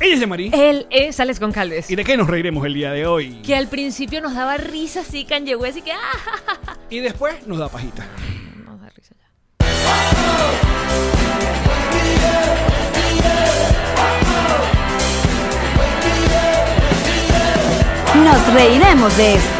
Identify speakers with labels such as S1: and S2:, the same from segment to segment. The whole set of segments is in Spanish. S1: ella, Marí?
S2: Él eh, es Alex Goncalves.
S1: ¿Y de qué nos reiremos el día de hoy?
S2: Que al principio nos daba risa así, Kanye West, así que. ¡ah! ja, ja, ja!
S1: Y después nos da pajita.
S2: Nos da risa ya.
S3: Nos reiremos de esto.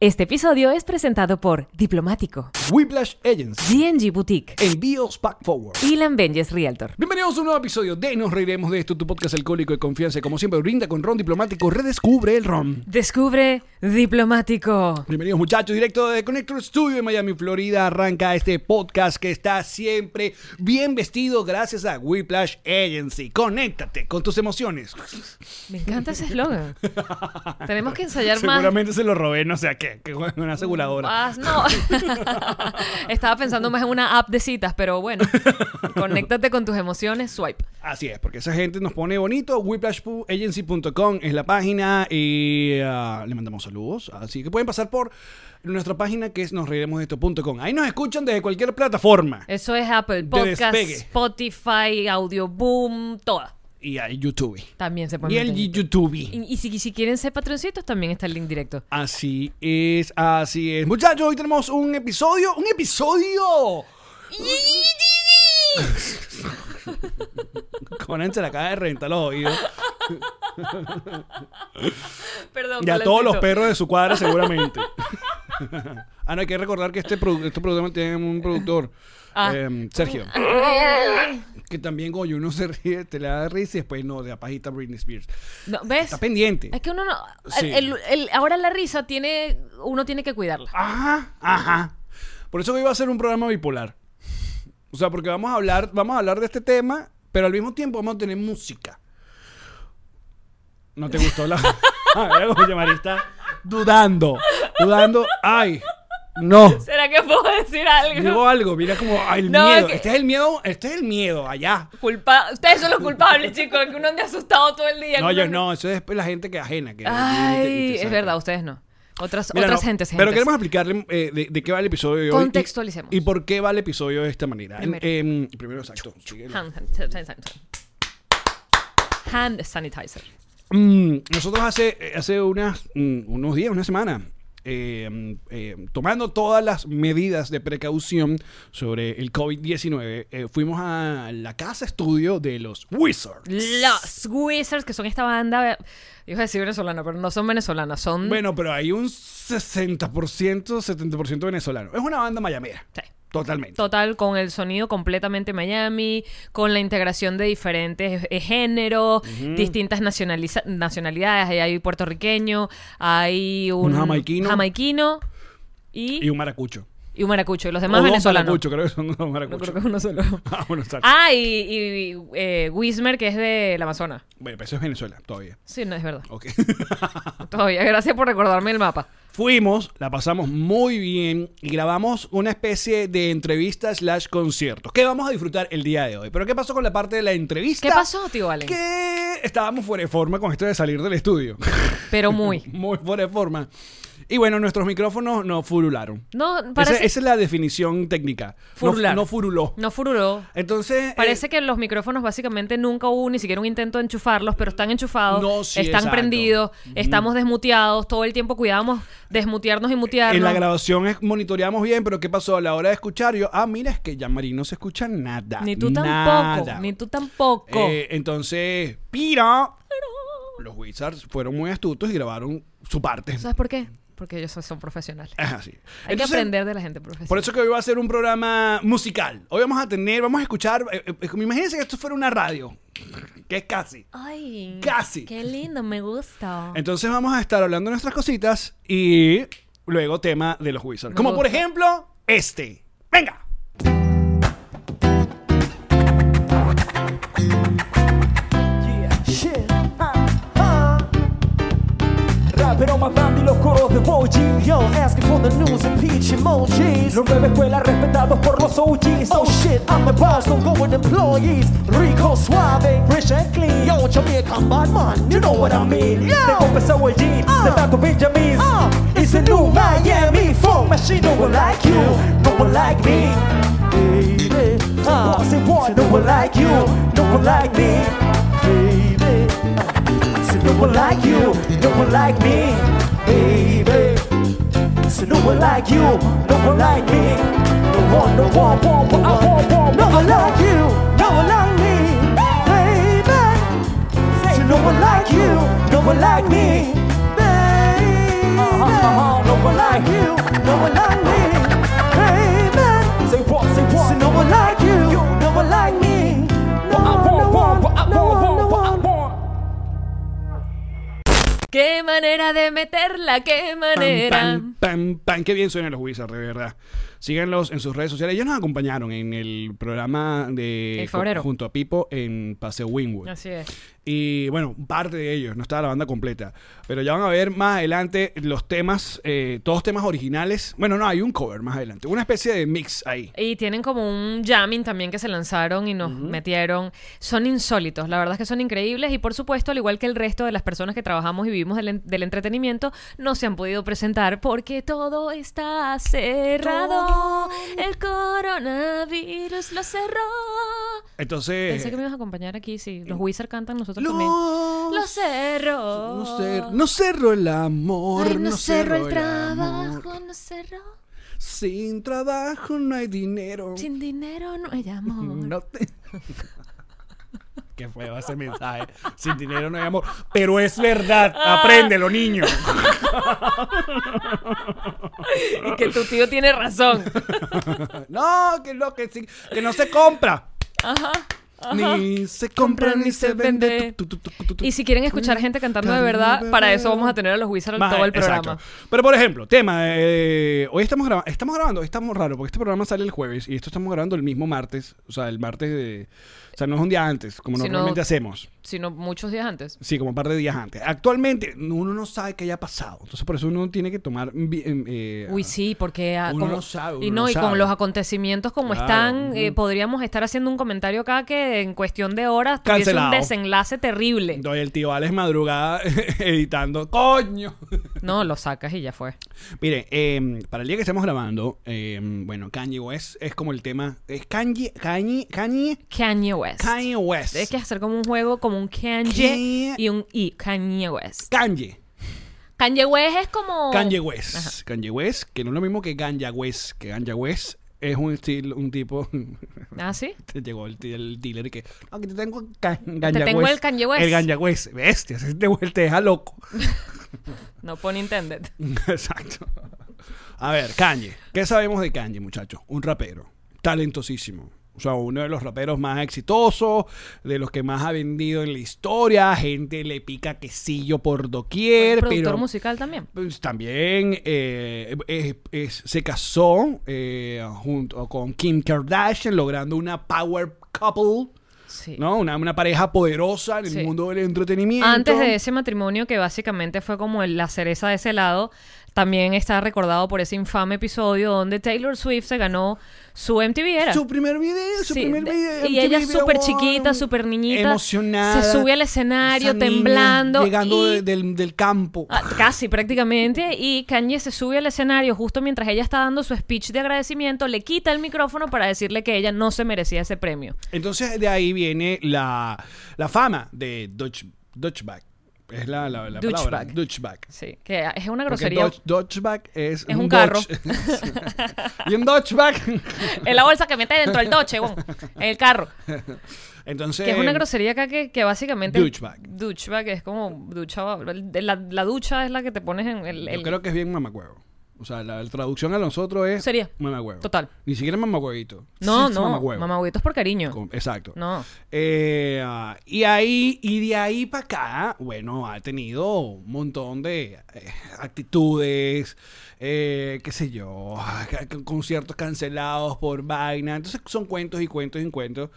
S2: Este episodio es presentado por Diplomático,
S1: Whiplash Agents.
S2: GNG Boutique
S1: Envíos Pack Forward.
S2: y Lambenges Realtor.
S1: Bienvenidos a un nuevo episodio de Nos Reiremos de esto, tu podcast alcohólico de confianza. Como siempre, brinda con Ron Diplomático, redescubre el Ron.
S2: Descubre Diplomático.
S1: Bienvenidos muchachos, directo de Connector Studio en Miami, Florida. Arranca este podcast que está siempre bien vestido gracias a Whiplash Agency. Conéctate con tus emociones.
S2: Me encanta ese eslogan. Tenemos que ensayar más.
S1: Seguramente se lo robé, no sé a qué, que una aseguradora.
S2: Ah, no. Estaba pensando más en una app de citas, pero bueno. Conéctate con tus emociones, swipe.
S1: Así es, porque esa gente nos pone bonito. Whiplashagency.com es la página y ah, le mandamos saludos. Así que pueden pasar por nuestra página que es nosreiremosdeesto.com. Ahí nos escuchan desde cualquier plataforma.
S2: Eso es Apple Podcast,
S1: despegue.
S2: Spotify, Audio Boom, toda.
S1: Y hay YouTube.
S2: También se puede
S1: Y el YouTube.
S2: Y, y si, si quieren ser patroncitos, también está el link directo.
S1: Así es, así es. Muchachos, hoy tenemos un episodio, un episodio. Conan se le acaba de reventar los oídos.
S2: Perdón.
S1: Y a
S2: Colencito.
S1: todos los perros de su cuadra seguramente. ah, no, hay que recordar que este, produ- este programa tiene un productor,
S2: Ah.
S1: em, Sergio. que también cuando uno se ríe, te le da risa y después no, de la pajita Britney Spears.
S2: No, ¿Ves?
S1: Está pendiente.
S2: Es que uno no.
S1: Sí.
S2: el- el- ahora la risa tiene. Uno tiene que cuidarla.
S1: Ajá, ajá. Por eso que iba a ser un programa bipolar. O sea, porque vamos a hablar, vamos a hablar de este tema, pero al mismo tiempo vamos a tener música. ¿No te gustó la? Ah, mira cómo Yamari está dudando, dudando. Ay, no.
S2: ¿Será que puedo decir algo?
S1: Digo algo, mira como ay, el
S2: No,
S1: miedo.
S2: que-
S1: Este es el miedo, este es el miedo allá.
S2: Culpa- Ustedes son los culpables, chicos, que uno ande asustado todo el día.
S1: No,
S2: que uno
S1: yo no, eso es pues, la gente que ajena. Que, y te- y
S2: Ay,
S1: te
S2: es
S1: saca.
S2: verdad, ustedes no. Otras,
S1: Mira,
S2: otras
S1: no,
S2: gentes,
S1: Pero
S2: gentes.
S1: queremos explicarle eh, de, de qué va el episodio de hoy. y-
S2: Contextualicemos.
S1: Y, por qué va el episodio de esta manera. En-
S2: Primero.
S1: em, primero, exacto. síguelo.
S2: Hand, hand sanitizer. Hand sanitizer.
S1: Mm, nosotros hace, eh, hace unas, mm, unos días, una semana. eh, mm, eh, tomando todas las medidas de precaución sobre el COVID-19, eh, fuimos a la casa estudio de los Wizards.
S2: Los Wizards, que son esta banda. eh, Iba a decir venezolana, pero no son venezolanas, son.
S1: Bueno, pero hay un 60%, 70% venezolano. Es una banda mayamera.
S2: Sí.
S1: Totalmente.
S2: Total, con el sonido completamente Miami, con la integración de diferentes eh, géneros, distintas nacionaliza- nacionalidades. Ahí hay puertorriqueño, hay un,
S1: Un jamaiquino.
S2: jamaiquino y,
S1: y un maracucho.
S2: y un maracucho. Y los
S1: O
S2: demás
S1: dos
S2: venezolanos.
S1: maracuchos, creo que son dos
S2: No
S1: maracuchos.
S2: creo que es uno solo.
S1: Ah, bueno, exacto.
S2: Ah, y, y, eh, Wismer, que es del Amazonas.
S1: Bueno, pero eso es Venezuela todavía.
S2: Sí, no es verdad.
S1: Ok.
S2: Todavía, gracias por recordarme el mapa.
S1: Fuimos, la pasamos muy bien y grabamos una especie de entrevista slash concierto que vamos a disfrutar el día de hoy. Pero ¿qué pasó con la parte de la entrevista?
S2: ¿Qué pasó, tío Ale?
S1: Que estábamos fuera de forma con esto de salir del estudio.
S2: Pero muy.
S1: muy fuera de forma. Y bueno, nuestros micrófonos no furularon.
S2: No,
S1: Esa,
S2: parece.
S1: esa es la definición técnica. No-
S2: Furular.
S1: No, furuló.
S2: No fururó.
S1: Entonces. eh,
S2: Parece que los micrófonos básicamente nunca hubo ni siquiera un intento de enchufarlos, pero están enchufados,
S1: No, sí,
S2: están
S1: exacto.
S2: prendidos, estamos desmuteados, todo el tiempo cuidábamos desmutearnos y mutearnos.
S1: En la grabación es- monitoreamos bien, pero ¿qué pasó? A la hora de escuchar, yo, ah, mira, es que ya Marín no se escucha nada.
S2: ni tú tampoco,
S1: nada.
S2: ni tú tampoco.
S1: Eh, entonces, pira. Los Wizards fueron muy astutos y grabaron su parte.
S2: ¿Sabes por qué? Porque ellos son profesionales.
S1: Es así.
S2: Hay
S1: Eh, Entonces,
S2: que aprender de la gente profesional.
S1: Por eso que hoy va a ser un programa musical. Hoy vamos a tener, vamos a escuchar. eh, eh, imagínense que esto fuera una radio, que es casi.
S2: Ay,
S1: Casi.
S2: Qué lindo, me gusta.
S1: Entonces vamos a estar hablando de nuestras cositas y luego tema de los Wizards.
S2: Me
S1: Como por
S2: gusta.
S1: ejemplo, este. ¡Venga!
S4: Uh, Rapper om man band y los coros de Boji Yo, asking for the news and peach emojis Los nueve escuelas respetados por los OGs Oh shit, I'm the boss, don't go with employees Rico, suave, fresh and clean Yo, Jamaican bad man, you know what I mean Te confesó el G, te taco Benjamins Uh. It's a new Miami funk machine No one like you, no one like me Baby, Uh, say what? No one like you, no one like me, baby. Say no one like you, no one like me, baby. Say no one like you, no one like me. No one, no one, one, one, I want, one, no one like you, no one like me, baby. Say no one like you, no one like me, baby. Uh-huh, uh-huh. No one like you, no one like me, baby. Say what? Say what? Say no one like you, no one like me. No one, no one, no one, no one.
S2: Qué manera de meterla, qué manera.
S1: Pam, pam, pam. Qué bien suenan los Wizards, de verdad. Síganlos en sus redes sociales. Ellos nos acompañaron en el programa de
S2: En febrero.
S1: co- junto a Pipo en Paseo Wingwood.
S2: Así es.
S1: Y bueno, parte de ellos, no estaba la banda completa. Pero ya van a ver más adelante los temas, eh, todos temas originales. Bueno, no, hay un cover más adelante. Una especie de mix ahí.
S2: Y tienen como un jamming también que se lanzaron y nos metieron. Son insólitos, la verdad es que son increíbles y por supuesto, al igual que el resto de las personas que trabajamos y vivimos del, en- del entretenimiento, no se han podido presentar porque todo está cerrado. El coronavirus lo cerró.
S1: Entonces.
S2: Pensé que me ibas a acompañar aquí, sí. Los Wizards cantan, nosotros
S1: Eh, Los-
S2: también. Los cerró.
S1: No, cer- no cerró el amor.
S2: Ay, no, cerró el
S1: amor.
S2: trabajo, no cerró.
S1: Sin trabajo no hay dinero.
S2: Sin dinero no hay amor.
S1: No te- Qué feo ese mensaje. Sin dinero no hay amor. Pero es verdad. Apréndelo, niño.
S2: Y que tu tío tiene razón.
S1: no, que no, que, sí, que no se compra.
S2: Ajá.
S1: Ni se compra ni se vende. Tu, tu, tu, tu, tu, tu.
S2: Y si quieren
S1: Mm.
S2: escuchar gente cantando de verdad, para eso vamos a tener a los Wizards
S1: Más-
S2: todo el
S1: exacto.
S2: programa.
S1: Pero por ejemplo, tema. eh, hoy estamos grabando. Estamos grabando. Estamos raro porque este programa sale el jueves y esto estamos grabando el mismo martes. O sea, el martes de. O sea, no es un día antes, como
S2: Si no-
S1: normalmente hacemos.
S2: Sino muchos días antes.
S1: Sí, como un par de días antes. Actualmente uno no sabe qué haya pasado. Entonces por eso uno tiene que tomar... vi- em, eh,
S2: Uy, sí, porque. ah,
S1: Uno
S2: como-
S1: no sabe,
S2: y
S1: uno
S2: no,
S1: no
S2: y
S1: sabe.
S2: con los acontecimientos como
S1: Claro, Mm.
S2: están,
S1: ujú.
S2: eh, podríamos estar haciendo un comentario acá que en cuestión de horas tuviese un
S1: Cancelado.
S2: desenlace terrible.
S1: Entonces ah, el tío Alex madrugada editando. ¡Coño!
S2: No, lo sacas y ya fue.
S1: Mire, eh, para el día que estamos grabando, eh, bueno, Kanye West es como el tema... Es Kanye... Kanye... Kanye...
S2: Kanye West.
S1: Kanye West.
S2: Tienes que hacer como un juego, como un Kanye
S1: Kanye-
S2: y un I. Kanye West.
S1: Kanye.
S2: Kanye West es como.
S1: Kanye West.
S2: Oh. Ajá.
S1: Kanye West, que no es lo mismo que Ganja West. Que Ganja West es un estilo, un tipo...
S2: Ah, sí.
S1: Te llegó el, t- el dealer y que, "No, que te tengo, ca- ganja
S2: tengo
S1: West".
S2: el Kanye West.
S1: El Kanye West. Bestia, si te, vuel- te deja loco.
S2: No pone intended.
S1: Exacto. A ver, Kanye. ¿Qué sabemos de Kanye, muchachos? Un rapero. Talentosísimo. O sea, uno de los raperos más exitosos, de los que más ha vendido en la historia. Gente le pica quesillo por doquier.
S2: productor
S1: pero
S2: musical también.
S1: pues, también eh, es- es- se casó eh, junto con Kim Kardashian, logrando una power couple.
S2: Sí.
S1: ¿no? Una, una pareja poderosa en el
S2: Sí.
S1: mundo del entretenimiento.
S2: Antes de ese matrimonio, que básicamente fue como el- la cereza de ese lado, también está recordado por ese infame episodio donde Taylor Swift se ganó su MTV. Era.
S1: Su primer video, su
S2: Sí,
S1: primer
S2: de-
S1: video.
S2: Y ella
S1: MTV
S2: súper
S1: Award,
S2: chiquita, súper niñita.
S1: Emocionada.
S2: Se sube al escenario
S1: esa niña
S2: temblando.
S1: Llegando
S2: y-
S1: de- del, del campo.
S2: Ah, casi prácticamente. Y Kanye se sube al escenario justo mientras ella está dando su speech de agradecimiento, le quita el micrófono para decirle que ella no se merecía ese premio.
S1: Entonces de ahí viene la, la fama de Dutch, Dutchback. Es la, la, la palabra.
S2: Douchebag.
S1: Dutchback.
S2: Sí, que es una
S1: Porque
S2: grosería.
S1: Dutch- Dutchback es,
S2: Es un carro.
S1: Dutch. y un Dutchback.
S2: Es la bolsa que mete dentro del doche, bon, el carro.
S1: Entonces.
S2: Que es una grosería acá que, que básicamente...
S1: Eh, Douchebag.
S2: Douchebag es como ducha... La, la ducha es la que te pones en el... el-
S1: Yo creo que es bien mamacuevo. O sea, la, la traducción a nosotros es.
S2: Sería.
S1: Mamacuevo.
S2: Total.
S1: Ni siquiera mamacuevito.
S2: No,
S1: Sí, es
S2: no,
S1: mamacuevo.
S2: mamahuevito es por cariño.
S1: Com- Exacto.
S2: No.
S1: Eh, ah, y ahí, y de ahí para acá, bueno, ha tenido un montón de eh, actitudes, eh, qué sé yo, ca- ca- conciertos cancelados por vaina. Entonces son cuentos y cuentos y cuentos.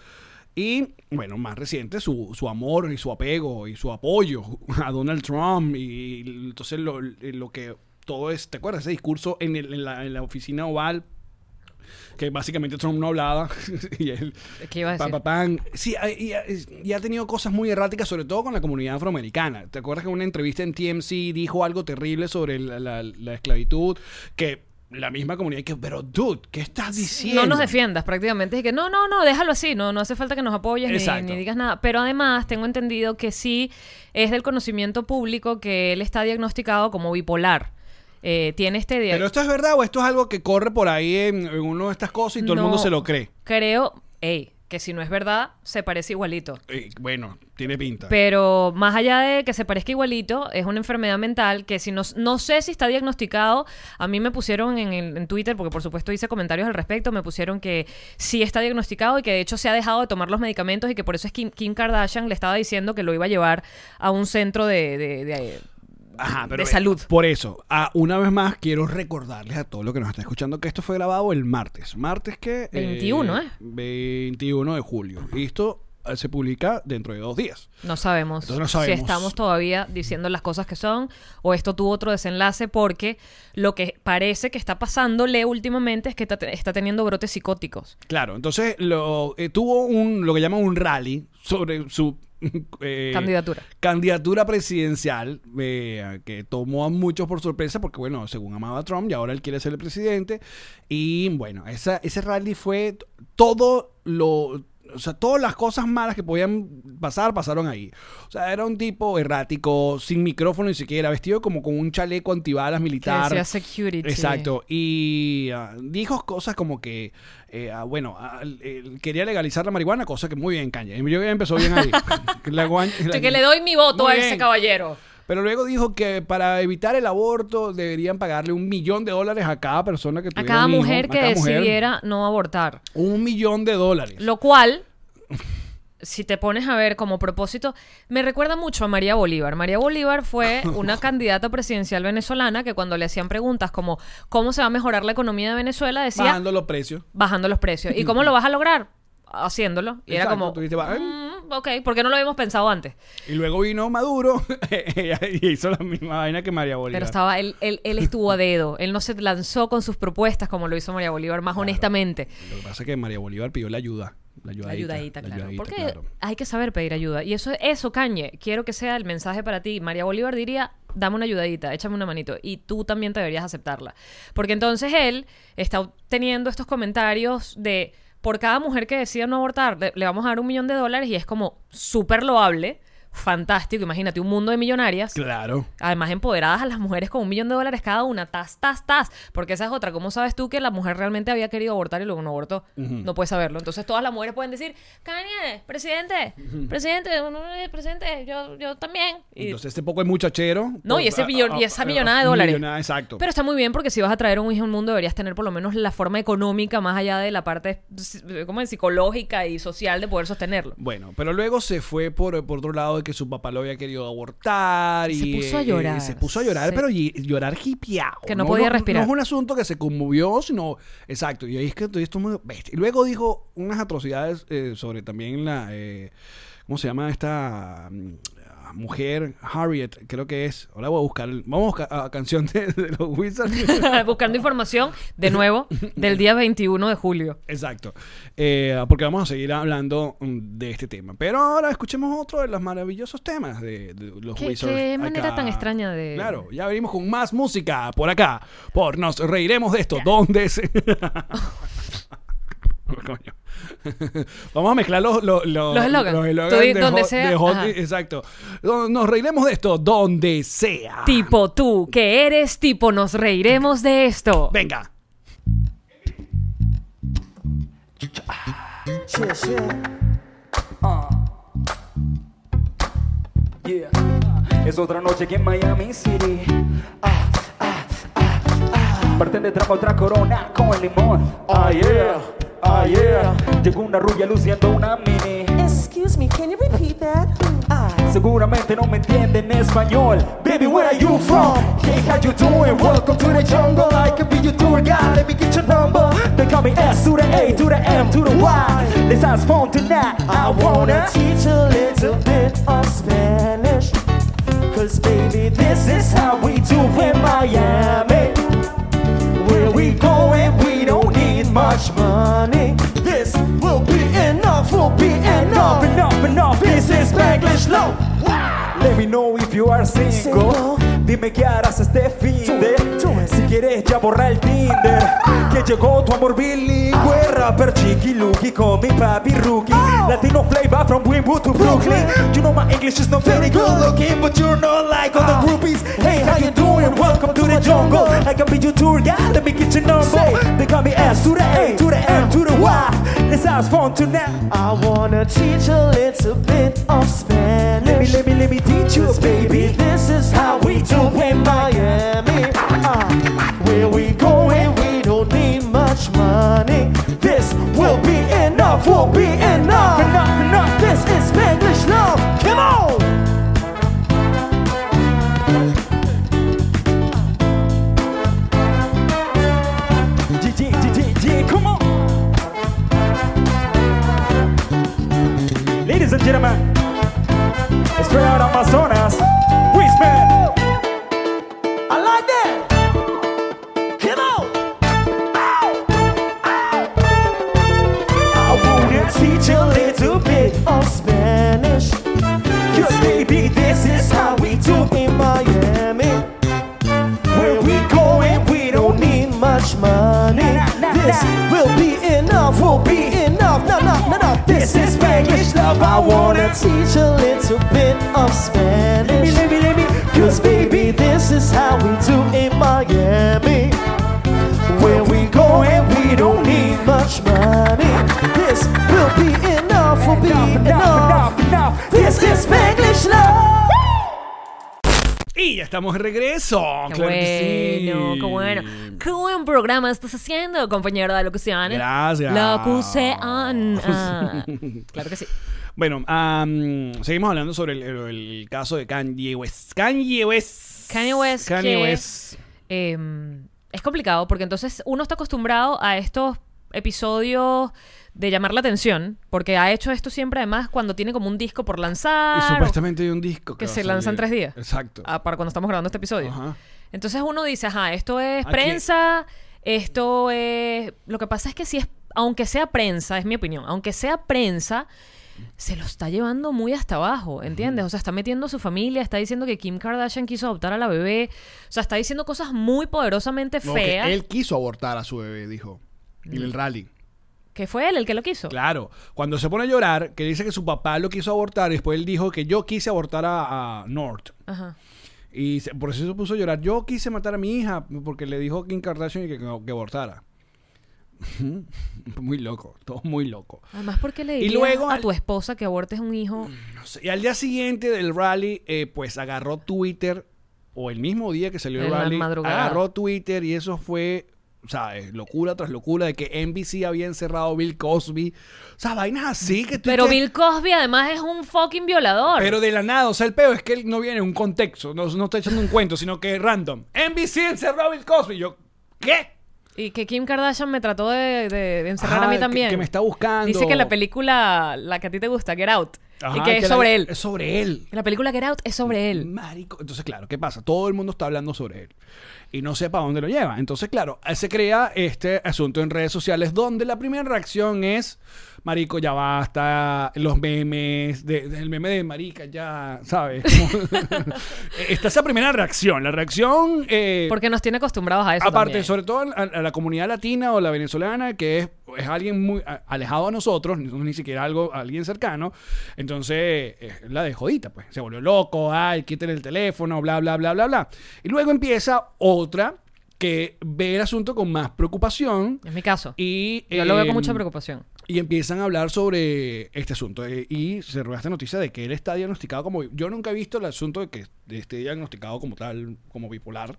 S1: Y bueno, más reciente, su, su amor y su apego y su apoyo a Donald Trump. Y, entonces lo, lo que todo es, ¿te acuerdas? Ese discurso en, el- en la, en la oficina oval, que básicamente Trump no hablaba. y él,
S2: ¿Qué iba a
S1: Pa,
S2: decir?
S1: pa, pan. Sí, ha- y, ha- es- y ha tenido cosas muy erráticas, sobre todo con la comunidad afroamericana. ¿Te acuerdas que en una entrevista en TMC dijo algo terrible sobre la, la- la esclavitud? Que la misma comunidad que, pero dude, ¿qué estás diciendo?
S2: No nos defiendas prácticamente. Y que no, no, no, déjalo así. No, no hace falta que nos apoyes ni,
S1: Exacto.
S2: ni digas nada. Pero además tengo entendido que sí es del conocimiento público que él está diagnosticado como bipolar. Eh, tiene este
S1: ¿Pero
S2: diagnóstico.
S1: esto es verdad o esto es algo que corre por ahí en, en una de estas cosas y todo el mundo se lo cree?
S2: Creo, ey, que si no es verdad, se parece igualito.
S1: Eh, bueno, tiene pinta.
S2: Pero más allá de que se parezca igualito, es una enfermedad mental que si no, no sé si está diagnosticado, a mí me pusieron en, el- en Twitter, porque por supuesto hice comentarios al respecto, me pusieron que sí está diagnosticado y que de hecho se ha dejado de tomar los medicamentos y que por eso es Kim, Kim Kardashian le estaba diciendo que lo iba a llevar a un centro de... de- de-
S1: Ajá, pero
S2: de salud.
S1: por eso, ah, una vez más, quiero recordarles a todos los que nos están escuchando que esto fue grabado el martes. ¿Martes que
S2: 21, ¿eh?
S1: 21 de julio. Y esto eh, se publica dentro de dos días.
S2: no sabemos,
S1: Entonces no sabemos.
S2: si estamos todavía diciendo las cosas que son o esto tuvo otro desenlace porque lo que parece que está pasándole últimamente es que está- está teniendo brotes psicóticos.
S1: Claro, entonces lo, eh, tuvo un lo que llaman un rally sobre su eh,
S2: Candidatura.
S1: candidatura presidencial eh, que tomó a muchos por sorpresa porque bueno, según amaba a Trump y ahora él quiere ser el presidente y bueno, esa, ese rally fue t- todo lo o sea, todas las cosas malas que podían pasar, pasaron ahí. O sea, era un tipo errático, sin micrófono ni siquiera, vestido como con un chaleco antibalas militar.
S2: decía security.
S1: Exacto. Y ah, dijo cosas como que, eh, ah, bueno, ah, el- el- quería legalizar la marihuana, cosa que muy bien, Kanye. Yo ya empezó bien ahí. La guan- la-
S2: Así que le doy mi voto
S1: Muy
S2: a
S1: bien.
S2: ese caballero.
S1: Pero luego dijo que para evitar el aborto deberían pagarle un millón de dólares a cada persona que
S2: A
S1: tuviera
S2: cada
S1: un hijo,
S2: mujer
S1: a
S2: que
S1: cada mujer,
S2: decidiera no abortar.
S1: Un millón de dólares.
S2: Lo cual, si te pones a ver como propósito, me recuerda mucho a María Bolívar. María Bolívar fue una candidata presidencial venezolana que cuando le hacían preguntas como ¿cómo se va a mejorar la economía de Venezuela? decía
S1: Bajando
S2: bajando,
S1: los precios.
S2: los precios. ¿Y cómo lo vas a lograr? Haciéndolo. Y era
S1: Exacto,
S2: como,
S1: tú dices, va, ¿eh?
S2: "Mm, ok, ¿por qué no lo habíamos pensado antes?
S1: Y luego vino Maduro y hizo la misma vaina que María Bolívar.
S2: Pero estaba, él, él, él estuvo a dedo. Él no se lanzó con sus propuestas como lo hizo María Bolívar, más honestamente.
S1: Lo que pasa es que María Bolívar pidió la ayuda. La ayudadita.
S2: La ayudadita, claro.
S1: ayudadita,
S2: Porque
S1: claro.
S2: hay que saber pedir ayuda. Y eso, eso, Cañe, quiero que sea el mensaje para ti. María Bolívar diría, dame una ayudadita, échame una manito. Y tú también te deberías aceptarla. Porque entonces él está teniendo estos comentarios de, por cada mujer que decida no abortar, le, le vamos a dar un millón de dólares y es como súper loable, fantástico. Imagínate, un mundo de millonarias.
S1: Claro.
S2: Además, empoderadas a las mujeres con un millón de dólares cada una. Tas, tas, tas. Porque esa es otra. ¿Cómo sabes tú que la mujer realmente había querido abortar y luego no abortó? No puedes saberlo. Entonces, todas las mujeres pueden decir, Kanye, presidente, presidente, eh, presidente, yo, yo también. Y-
S1: Entonces, este poco es muchachero. pues,
S2: no, y, ese
S1: Por-
S2: millon-
S1: a- a-
S2: y esa
S1: a-
S2: millonada de dólares.
S1: ah, millonada, exacto.
S2: Pero está muy bien porque si vas a traer un hijo al mundo deberías tener por lo menos la forma económica más allá de la parte como psicológica y social de poder sostenerlo.
S1: bueno, pero luego se fue por, por otro lado de que su papá lo había querido abortar.
S2: Se
S1: y,
S2: puso a
S1: eh,
S2: llorar.
S1: se puso a llorar,
S2: Se-
S1: pero y- llorar hipiao.
S2: Que no podía respirar.
S1: No es un asunto que se conmovió, sino. Exacto. Y ahí es que estoy- esto es muy bestia. Y luego dijo unas atrocidades eh, sobre también la. eh, ¿Cómo se llama esta mm, ah, mujer? Harriet, creo que es. Ahora voy a buscar. el- Vamos a buscar a canción de, de los Wizards.
S2: Buscando información, de nuevo, del día 21 de julio.
S1: Exacto. Eh, porque vamos a seguir hablando mm, de este tema. Pero ahora escuchemos otro de los maravillosos temas de, de los
S2: Qué-
S1: Wizards.
S2: qué manera
S1: acá.
S2: tan extraña de-
S1: Claro, ya venimos con más música por acá. Por nos reiremos de esto. ¿Dónde se.? Coño. Vamos a mezclar los los los-
S2: Los eslogans.
S1: los
S2: Tú di-
S1: de
S2: donde
S1: Hot-
S2: sea,
S1: de Hot-
S2: ajá.
S1: exacto. No- Nos reiremos de esto donde sea.
S2: Tipo tú, que eres tipo, nos reiremos de esto.
S1: Venga.
S4: Shit, shit. Uh. Yeah. Es otra noche aquí en Miami City. Ah, ah, ah, ah. Bartender trajo otra corona con limón. Ah, yeah, ah, yeah. Llegó una rubia luciendo una mini.
S5: Excuse me, can you repeat that? Ah.
S4: Seguramente no me entienden español. Baby, where are you from? Hey, how you doing? Welcome to the jungle. I can be your tour guide. Let me get your number. They call me S to the A to the M to the Y. Let's ask phone tonight. I wanna
S5: teach a little bit of Spanish. Cause baby,
S4: This is how we do in Miami. Where we going, we don't need much money. This will be enough, will be enough, enough, enough. This is Spanglish Love. Let me know if you are single.
S5: Single.
S4: Dime qué harás este fin de.
S5: Do it, do it.
S4: Si Quieres ya borrar el Tinder Que llegó tu amor bilingüe Rapper chiqui looky con mi papi rookie Latino flavor from Wynwood to Brooklyn You know my English is not very good looking But you're not like other groupies Hey Ah. how you doing? Welcome to the jungle I can be your tour guide Let me get your number They call me S to the A to the M to the Y This sounds fun tonight
S5: I wanna teach a little bit of
S4: Let me,
S5: Spanish.
S4: let me, let me teach you,
S5: Baby,
S4: baby
S5: this is how we do in Miami. Ah, where we going, we don't need much money. This will be enough, will be enough, enough, enough. This is Spanish love. Come on!
S4: G, G, G, G, G, come on! Ladies and gentlemen, straight out of Amazonas, Whisper!
S5: I like that. Come on. I wanna teach a little bit of Spanish. Cause baby, this is how we do in Miami. Where we go and we don't need much money. This will be enough, will be enough. No, no, no, no. This is Spanish love. I wanna teach a little bit of Spanish.
S4: Let me, let me,
S5: Cause baby, this is how we do in Miami. Where we go and we don't need much money. This will be enough, will be
S4: enough,
S5: enough.
S4: enough!
S5: This is Spanglish love.
S1: Y ya estamos de regreso.
S2: Qué
S1: claro que sí.
S2: bueno, qué bueno. Qué buen programa estás haciendo, compañero de locución. ¿eh?
S1: Gracias.
S2: Locución. Ah, claro que sí.
S1: Bueno, am, seguimos hablando sobre el, el- el caso de Kanye West. Kanye West.
S2: Kanye West,
S1: Kanye
S2: que-
S1: West.
S2: Eh, es complicado porque entonces uno está acostumbrado a estos episodios de llamar la atención, porque ha hecho esto siempre además cuando tiene como un disco por lanzar.
S1: Y
S2: o-
S1: supuestamente hay un disco que,
S2: que
S1: va a
S2: se lanza en
S1: salir.
S2: tres días.
S1: Exacto.
S2: ah, para cuando estamos grabando este episodio.
S1: Ajá.
S2: Entonces uno dice, ajá, esto es
S1: Aquí-
S2: prensa, esto es... Lo que pasa es que si es, aunque sea prensa, es mi opinión, aunque sea prensa, se lo está llevando muy hasta abajo, ¿entiendes? O sea, está metiendo a su familia, está diciendo que Kim Kardashian quiso adoptar a la bebé, o sea, está diciendo cosas muy poderosamente
S6: No, que
S2: feas.
S6: él quiso abortar a su bebé, dijo. En el rally.
S2: Que fue él el que lo quiso.
S1: Claro, cuando se pone a llorar, que dice que su papá lo quiso abortar y después él dijo que yo quise abortar a, a North.
S2: Ajá.
S1: Y se- por eso se puso a llorar. Yo quise matar a mi hija porque le dijo a Kim Kardashian que, que abortara. muy loco, todo muy loco.
S2: Además, ¿por qué le
S1: Y
S2: dirías
S1: luego
S2: a
S1: al- Mm.
S2: tu esposa que abortes un hijo?
S1: No sé, Pues, Y al día siguiente del rally, eh, pues agarró Twitter, o el mismo día que salió el
S2: En la
S1: rally,
S2: madrugada.
S1: agarró Twitter y eso fue, ¿sabes? Locura tras locura de que NBC había encerrado a Bill Cosby. O sea, vainas así que tú
S2: Pero
S1: dices-
S2: Bill Cosby además es un fucking violador.
S1: Pero de la nada, o sea, el peo es que él no viene en un contexto, no, no está echando un cuento, sino que es random. NBC encerró a Bill Cosby. Yo, ¿qué?
S2: Y que Kim Kardashian me trató de, de- de encerrar a
S1: Ajá,
S2: mí
S1: que-
S2: también.
S1: que me está buscando.
S2: Dice que la película, la que a ti te gusta, Get Out, y
S1: Ajá,
S2: que, es
S1: la-
S2: sobre él.
S1: Es Mm. sobre él.
S2: La película Get Out es sobre él.
S1: Marico. Entonces, claro, ¿qué pasa? Todo el mundo está hablando sobre él. Y no sé para dónde lo lleva. Entonces, claro, eh, se crea este asunto en redes sociales donde la primera reacción es, Marico, ya basta, los memes, de- del meme de Marica, ya, ¿sabes? Como- e, Está esa primera reacción, la reacción... eh,
S2: Porque nos tiene acostumbrados a eso.
S1: Aparte,
S2: también.
S1: sobre todo a, a la comunidad latina o la venezolana, que es, es alguien muy a- alejado a nosotros, no es ni siquiera algo, alguien cercano, entonces eh, es la de jodita, pues. Se volvió loco, ay, quiten el teléfono, bla, bla, bla, bla, bla. Y luego empieza otra que ve el asunto con más preocupación
S2: Es mi caso.
S1: y...
S2: Yo lo veo
S1: eh,
S2: con mucha preocupación.
S1: Y empiezan a hablar sobre este asunto. eh, y se rueda esta noticia de que él está diagnosticado como... Yo nunca he visto el asunto de que esté diagnosticado como tal, como bipolar.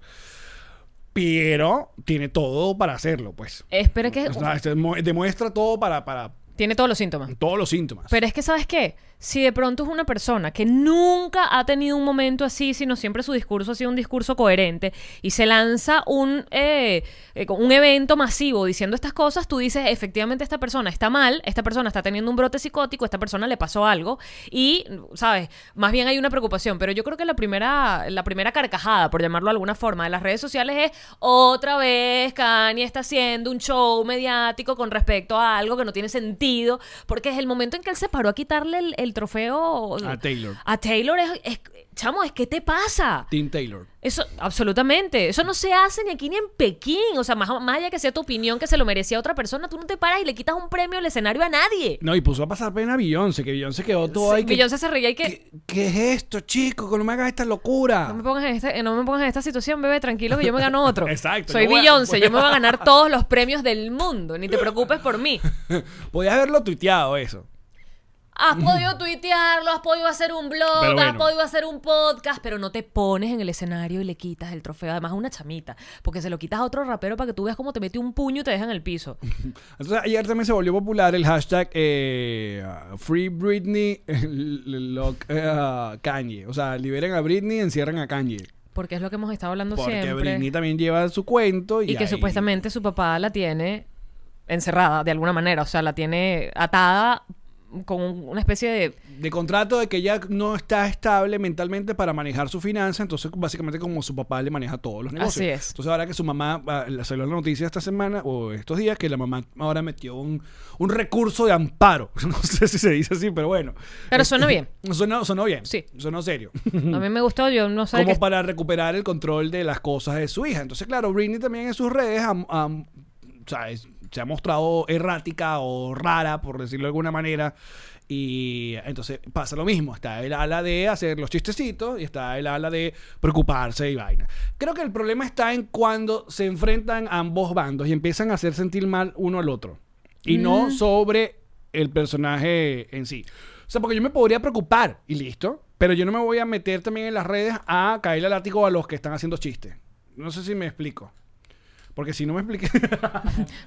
S1: Pero tiene todo para hacerlo, pues.
S2: Espera que...
S1: O sea, este mu- demuestra todo para, para
S2: Tiene todos los síntomas.
S1: todos los síntomas.
S2: Pero es que, ¿sabes qué? Si de pronto es una persona que nunca ha tenido un momento así, sino siempre su discurso ha sido un discurso coherente, y se lanza un, eh, eh, con un evento masivo diciendo estas cosas, tú dices, efectivamente, esta persona está mal, esta persona está teniendo un brote psicótico, esta persona le pasó algo, y, ¿sabes? Más bien hay una preocupación, pero yo creo que la primera, la primera carcajada, por llamarlo de alguna forma, de las redes sociales es, otra vez Kanye está haciendo un show mediático con respecto a algo que no tiene sentido, porque es el momento en que él se paró a quitarle el, el trofeo
S1: A Taylor.
S2: A Taylor es, es- chamo, es que te pasa.
S1: Tim Taylor.
S2: Eso, absolutamente. Eso no se hace ni aquí ni en Pekín. O sea, más, más allá que sea tu opinión que se lo merecía otra persona, tú no te paras y le quitas un premio al escenario a nadie.
S1: No, y puso a pasar pena a Beyoncé, que Beyoncé quedó todo ahí. que-
S2: Beyoncé se reía y que.
S1: ¿Qué, qué es esto, chico? Que no me hagas esta locura.
S2: No me, pongas en esta, eh, no me pongas en esta situación, bebé, tranquilo que yo me gano otro.
S1: Exacto,
S2: Soy
S1: yo voy a-
S2: Beyoncé, yo me voy a ganar todos los premios del mundo, ni te preocupes por mí.
S1: Podías haberlo tuiteado eso.
S2: Has podido tuitearlo, has podido hacer un blog,
S1: Pero
S2: has
S1: bueno.
S2: podido hacer un podcast, pero no te pones en el escenario y le quitas el trofeo. Además, a una chamita, porque se lo quitas a otro rapero para que tú veas cómo te mete un puño y te deja en el piso.
S1: Entonces ayer también se volvió popular el hashtag eh, Free Britney lock, eh, Kanye. O sea, liberen a Britney, encierran a Kanye.
S2: Porque es lo que hemos estado hablando
S1: Porque
S2: siempre.
S1: Britney también lleva su cuento. Y,
S2: y que
S1: ahí-
S2: supuestamente su papá la tiene encerrada de alguna manera, o sea, la tiene atada con un- una especie de
S1: De contrato de que ella no está estable mentalmente para manejar su finanza. Entonces, básicamente, como su papá le maneja todos los negocios.
S2: Así es.
S1: Entonces, ahora que su mamá ah, la- salió la noticia esta semana o estos días, que la mamá ahora metió un, un recurso de amparo. No sé si se dice así, pero bueno.
S2: Pero suena bien.
S1: Sonó, sonó bien.
S2: Sí.
S1: Sonó serio.
S2: A mí me gustó, yo no sé.
S1: como
S2: qué-
S1: para recuperar el control de las cosas de su hija. Entonces, claro, Britney también en sus redes am- am- o sea, es- se ha mostrado errática o rara, por decirlo de alguna manera. Y entonces pasa lo mismo. Está el ala de hacer los chistecitos y está el ala de preocuparse y vaina. Creo que el problema está en cuando se enfrentan ambos bandos y empiezan a hacer sentir mal uno al otro. Y no sobre el personaje en sí. O sea, porque yo me podría preocupar y listo. Pero yo no me voy a meter también en las redes a caerle al látigo a los que están haciendo chistes. No sé si me explico. Porque si no me expliqué.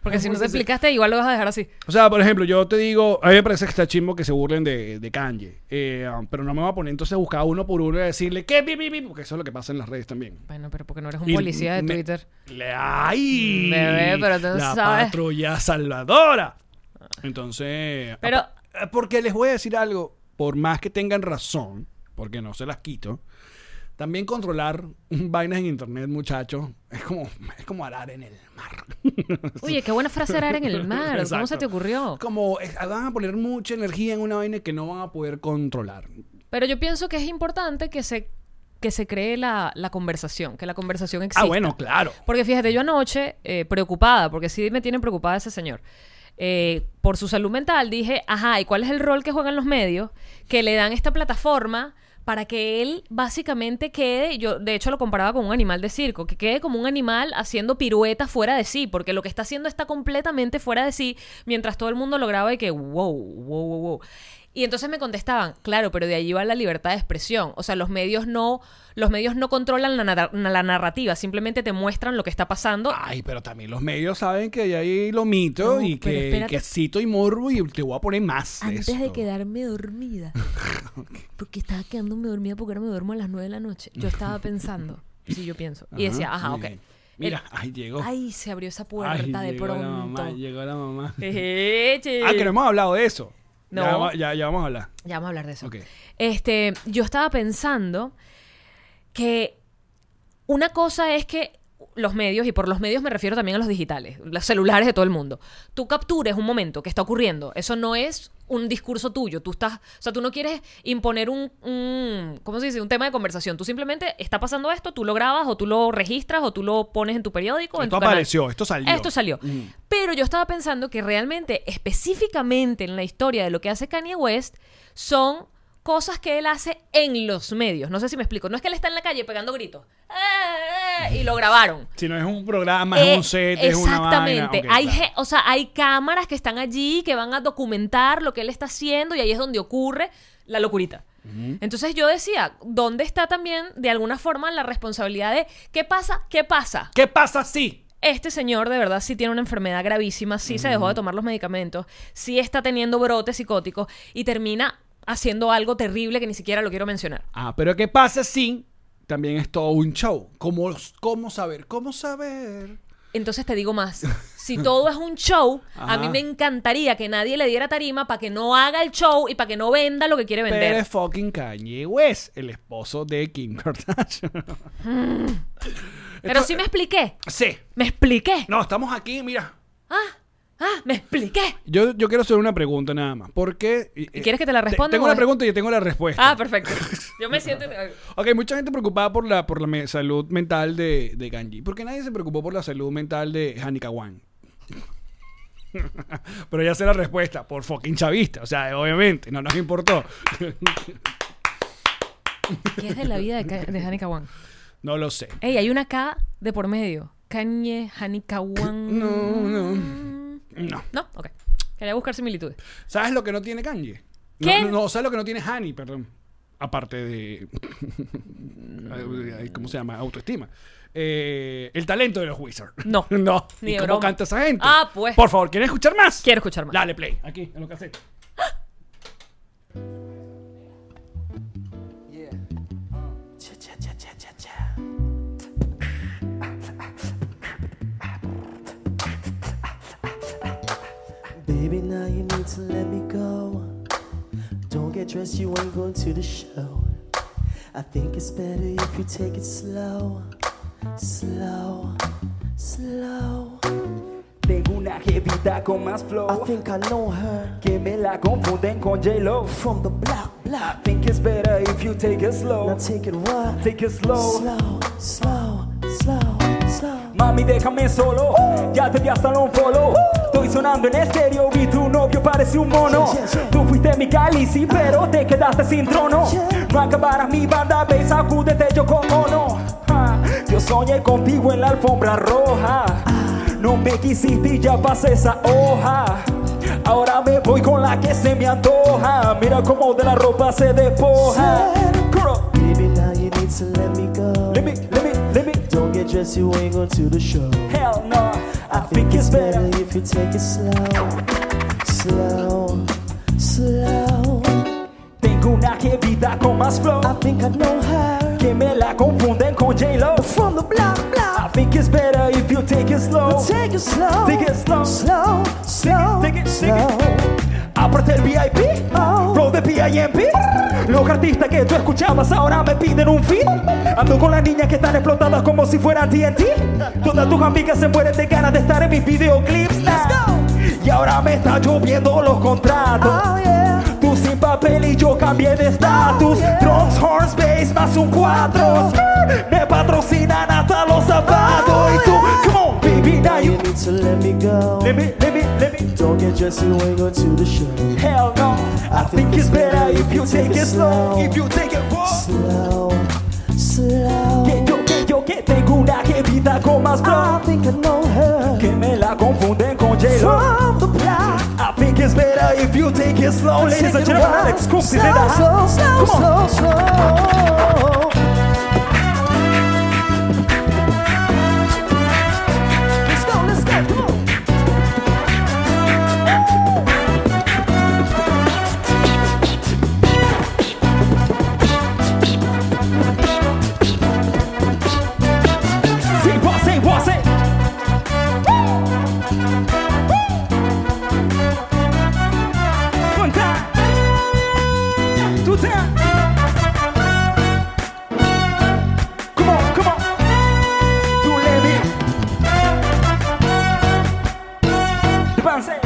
S2: Porque si no te explicaste, igual lo vas a dejar así.
S1: o sea, por ejemplo, yo te digo, a mí me parece que está chimbo que se burlen de, de Kanye. Eh, um, pero no me voy a poner entonces a buscar uno por uno y a decirle que pi, pi, pi", porque eso es lo que pasa en las redes también.
S2: Bueno, pero porque no eres un
S1: Y
S2: policía de
S1: me-
S2: Twitter.
S1: Le- ¡Ay!
S2: Bebé, pero tú no
S1: la
S2: sabes.
S1: patrulla salvadora. Entonces.
S2: Pero-
S1: apa- eh, Porque les voy a decir algo. Por más que tengan razón, porque no se las quito. También controlar vainas en internet, muchachos, es como, es como arar en el mar.
S2: Oye, qué buena frase era en el mar. ¿Cómo se
S1: Exacto.
S2: te ocurrió?
S1: Como es- van a poner mucha energía en una vaina que no van a poder controlar.
S2: Pero yo pienso que es importante que se, que se cree la, la conversación, que la conversación exista.
S1: Ah, bueno, claro.
S2: Porque fíjate, yo anoche, eh, preocupada, porque sí me tiene preocupada ese señor, eh, por su salud mental, dije, ajá, ¿y cuál es el rol que juegan los medios que le dan esta plataforma para que él básicamente quede, yo de hecho lo comparaba con un animal de circo, que quede como un animal haciendo piruetas fuera de sí, porque lo que está haciendo está completamente fuera de sí, mientras todo el mundo lo graba y que, wow, wow, wow, wow. Y entonces me contestaban, claro, pero de allí va la libertad de expresión. O sea, los medios no, los medios no controlan la, nar- la narrativa, simplemente te muestran lo que está pasando.
S1: Ay, pero también los medios saben que hay lo mito
S2: No,
S1: y
S2: pero
S1: que,
S2: espérate.
S1: que cito y morbo y te voy a poner más.
S7: Antes de
S1: esto.
S7: quedarme dormida, porque estaba quedándome dormida porque ahora me duermo a las 9 de la noche.
S2: Yo estaba pensando, sí, yo pienso. Y decía, ajá,
S1: muy
S2: ok.
S1: bien. Mira, ahí llegó.
S2: Ay, se abrió esa puerta
S1: Ay,
S2: de
S1: llegó
S2: pronto.
S1: La mamá, llegó la mamá.
S2: Eche.
S1: Ah, que no hemos hablado de eso.
S2: No.
S1: Ya, va- ya- ya vamos a hablar.
S2: Ya vamos a hablar de eso.
S1: Ok.
S2: Este, yo estaba pensando que una cosa es que los medios, y por los medios me refiero también a los digitales, los celulares de todo el mundo, tú captures un momento que está ocurriendo. Eso no es un discurso tuyo. Tú estás, o sea, tú no quieres imponer un, un- ¿cómo se dice? Un tema de conversación. Tú simplemente está pasando esto, tú lo grabas o tú lo registras o tú lo pones en tu periódico. o en
S1: Esto
S2: tu canal.
S1: apareció, esto salió. Mm.
S2: Esto salió. Pero yo estaba pensando que realmente, específicamente en la historia de lo que hace Kanye West, son cosas que él hace en los medios. No sé si me explico. No es que él está en la calle pegando gritos. ¡Ah! Y lo grabaron.
S1: Si no es un programa,
S2: Eh,
S1: es un set, es una vaina.
S2: Exactamente.
S1: Ok,
S2: hay,
S1: claro.
S2: ge- O sea, hay cámaras que están allí que van a documentar lo que él está haciendo y ahí es donde ocurre la locurita. Entonces yo decía, ¿dónde está también de alguna forma la responsabilidad de qué pasa? ¿Qué pasa?
S1: ¿Qué pasa si?
S2: este señor de verdad sí tiene una enfermedad gravísima, sí se dejó de tomar los medicamentos, sí está teniendo brotes psicóticos y termina haciendo algo terrible que ni siquiera lo quiero mencionar.
S1: Ah, pero ¿qué pasa si? También es todo un show. ¿Cómo, cómo saber? ¿Cómo saber?
S2: Entonces te digo más, si todo es un show, a
S1: Ajá.
S2: mí me encantaría que nadie le diera tarima para que no haga el show y para que no venda lo que quiere
S1: Pero
S2: vender.
S1: es fucking Kanye West, el esposo de Kim Kardashian.
S2: Hmm. Pero sí me expliqué,
S1: sí.
S2: me expliqué.
S1: No, estamos aquí, mira.
S2: Ah, ¡Ah! ¡Me expliqué!
S1: Yo, yo quiero hacer una pregunta nada más. ¿Por qué? ¿Y eh,
S2: quieres que te la responda
S1: Tengo
S2: o
S1: una
S2: es-
S1: pregunta y yo tengo la respuesta.
S2: Ah, perfecto. Yo me siento.
S1: Ok, mucha gente preocupada por la, por la me- salud mental de, de Ganji. ¿Por qué nadie se preocupó por la salud mental de Hanika Wan? Pero ya sé la respuesta, por fucking chavista. O sea, obviamente, no nos importó.
S2: ¿Qué es de la vida de, Ka- de Hanika Wan?
S1: No lo sé.
S2: Ey, hay una K de por medio. Kanye Hanika Wan.
S1: No, no. No.
S2: No, ok. Quería buscar similitudes.
S1: ¿Sabes lo que no tiene Kanye? No,
S2: ¿Qué?
S1: No, no, ¿sabes lo que no tiene Hani, perdón? Aparte de. Ay, ¿Cómo se llama? Autoestima. Eh, el talento de los Wizards.
S2: No.
S1: no.
S2: Ni
S1: ¿Y
S2: de
S1: cómo
S2: broma.
S1: canta esa gente?
S2: Ah, pues.
S1: Por favor, ¿quieren escuchar más?
S2: Quiero escuchar más.
S1: Dale, play. Aquí, en lo que hace.
S5: Baby, now you need to let me go. Don't get dressed, you ain't going to the show. I think it's better if you take it slow, slow, slow.
S4: Tengo una jevita con más
S5: I
S4: flow
S5: think I know her
S4: que me la confunden con J-Lo.
S5: from the block,
S4: I
S5: block.
S4: think it's better if you take it
S5: Now
S4: slow.
S5: take it what?
S4: Take it slow.
S5: Slow, slow, slow, slow.
S4: Mami, déjame solo. Ya te di hasta un follow. Estoy sonando en estéreo y tu novio parece un mono.
S5: Yeah, yeah, yeah.
S4: Tú fuiste mi cáliz, pero te quedaste sin trono.
S5: Yeah.
S4: No acabarás mi banda, ve y sacúdete yo con mono. Ah, Yo soñé contigo en la alfombra roja. No me quisiste y ya pasé esa hoja. Ahora me voy con la que se me antoja. Mira cómo de la ropa se despoja. Girl,
S5: Baby, now you need to let me go.
S4: let me, let me, let me.
S5: Don't get dressed, you ain't going to the show.
S4: Hell no, I think it's better.
S5: if you take it slow, slow, slow.
S4: Tengo una jevita con más flow
S5: I think I know her
S4: Que me la confunden con J-Lo
S5: from the block,
S4: I
S5: block.
S4: think it's better if you e take it slow
S5: Take it slow,
S4: Take it slow.
S5: slow, slow,
S4: Take it, take
S5: slow.
S4: it Aparte el VIP
S5: Oh.
S4: Flow de PIMP Los artistas que tú escuchabas ahora me piden un feed Ando con las niñas que están explotadas como si fueran TNT Todas tus amigas se mueren de ganas de estar en mis videoclips
S5: Let's go.
S4: Y ahora me está lloviendo los contratos
S5: Oh yeah,
S4: Tú sin papel y yo cambié de estatus.
S5: Oh, yeah.
S4: Drums, horns, bass, más un cuatro. Me patrocinan hasta los zapatos.
S5: Oh,
S4: y tú,
S5: yeah.
S4: come on, baby, now
S5: you
S4: you.
S5: need to let me go.
S4: Let me, let me, let me.
S5: Don't get dressed, you ain't going to the show.
S4: Hell no. I think it's better if you take it slow. If you take it slow.
S5: Slow, slow.
S4: Que yo, que yo, que tengo una que vida con más
S5: I
S4: flow.
S5: think I know her
S4: Que me la confunden con J-Lo.
S5: from the block.
S4: I think it's better if you take it slow. Ladies and gentlemen, Alex Coop is in the house.
S5: Slow, slow,
S4: Come on.
S5: slow, slow, slow. Let's go, let's go, come on.
S4: Say what, say what, say. One time. Two time. Come on, come on. You let me. The band say.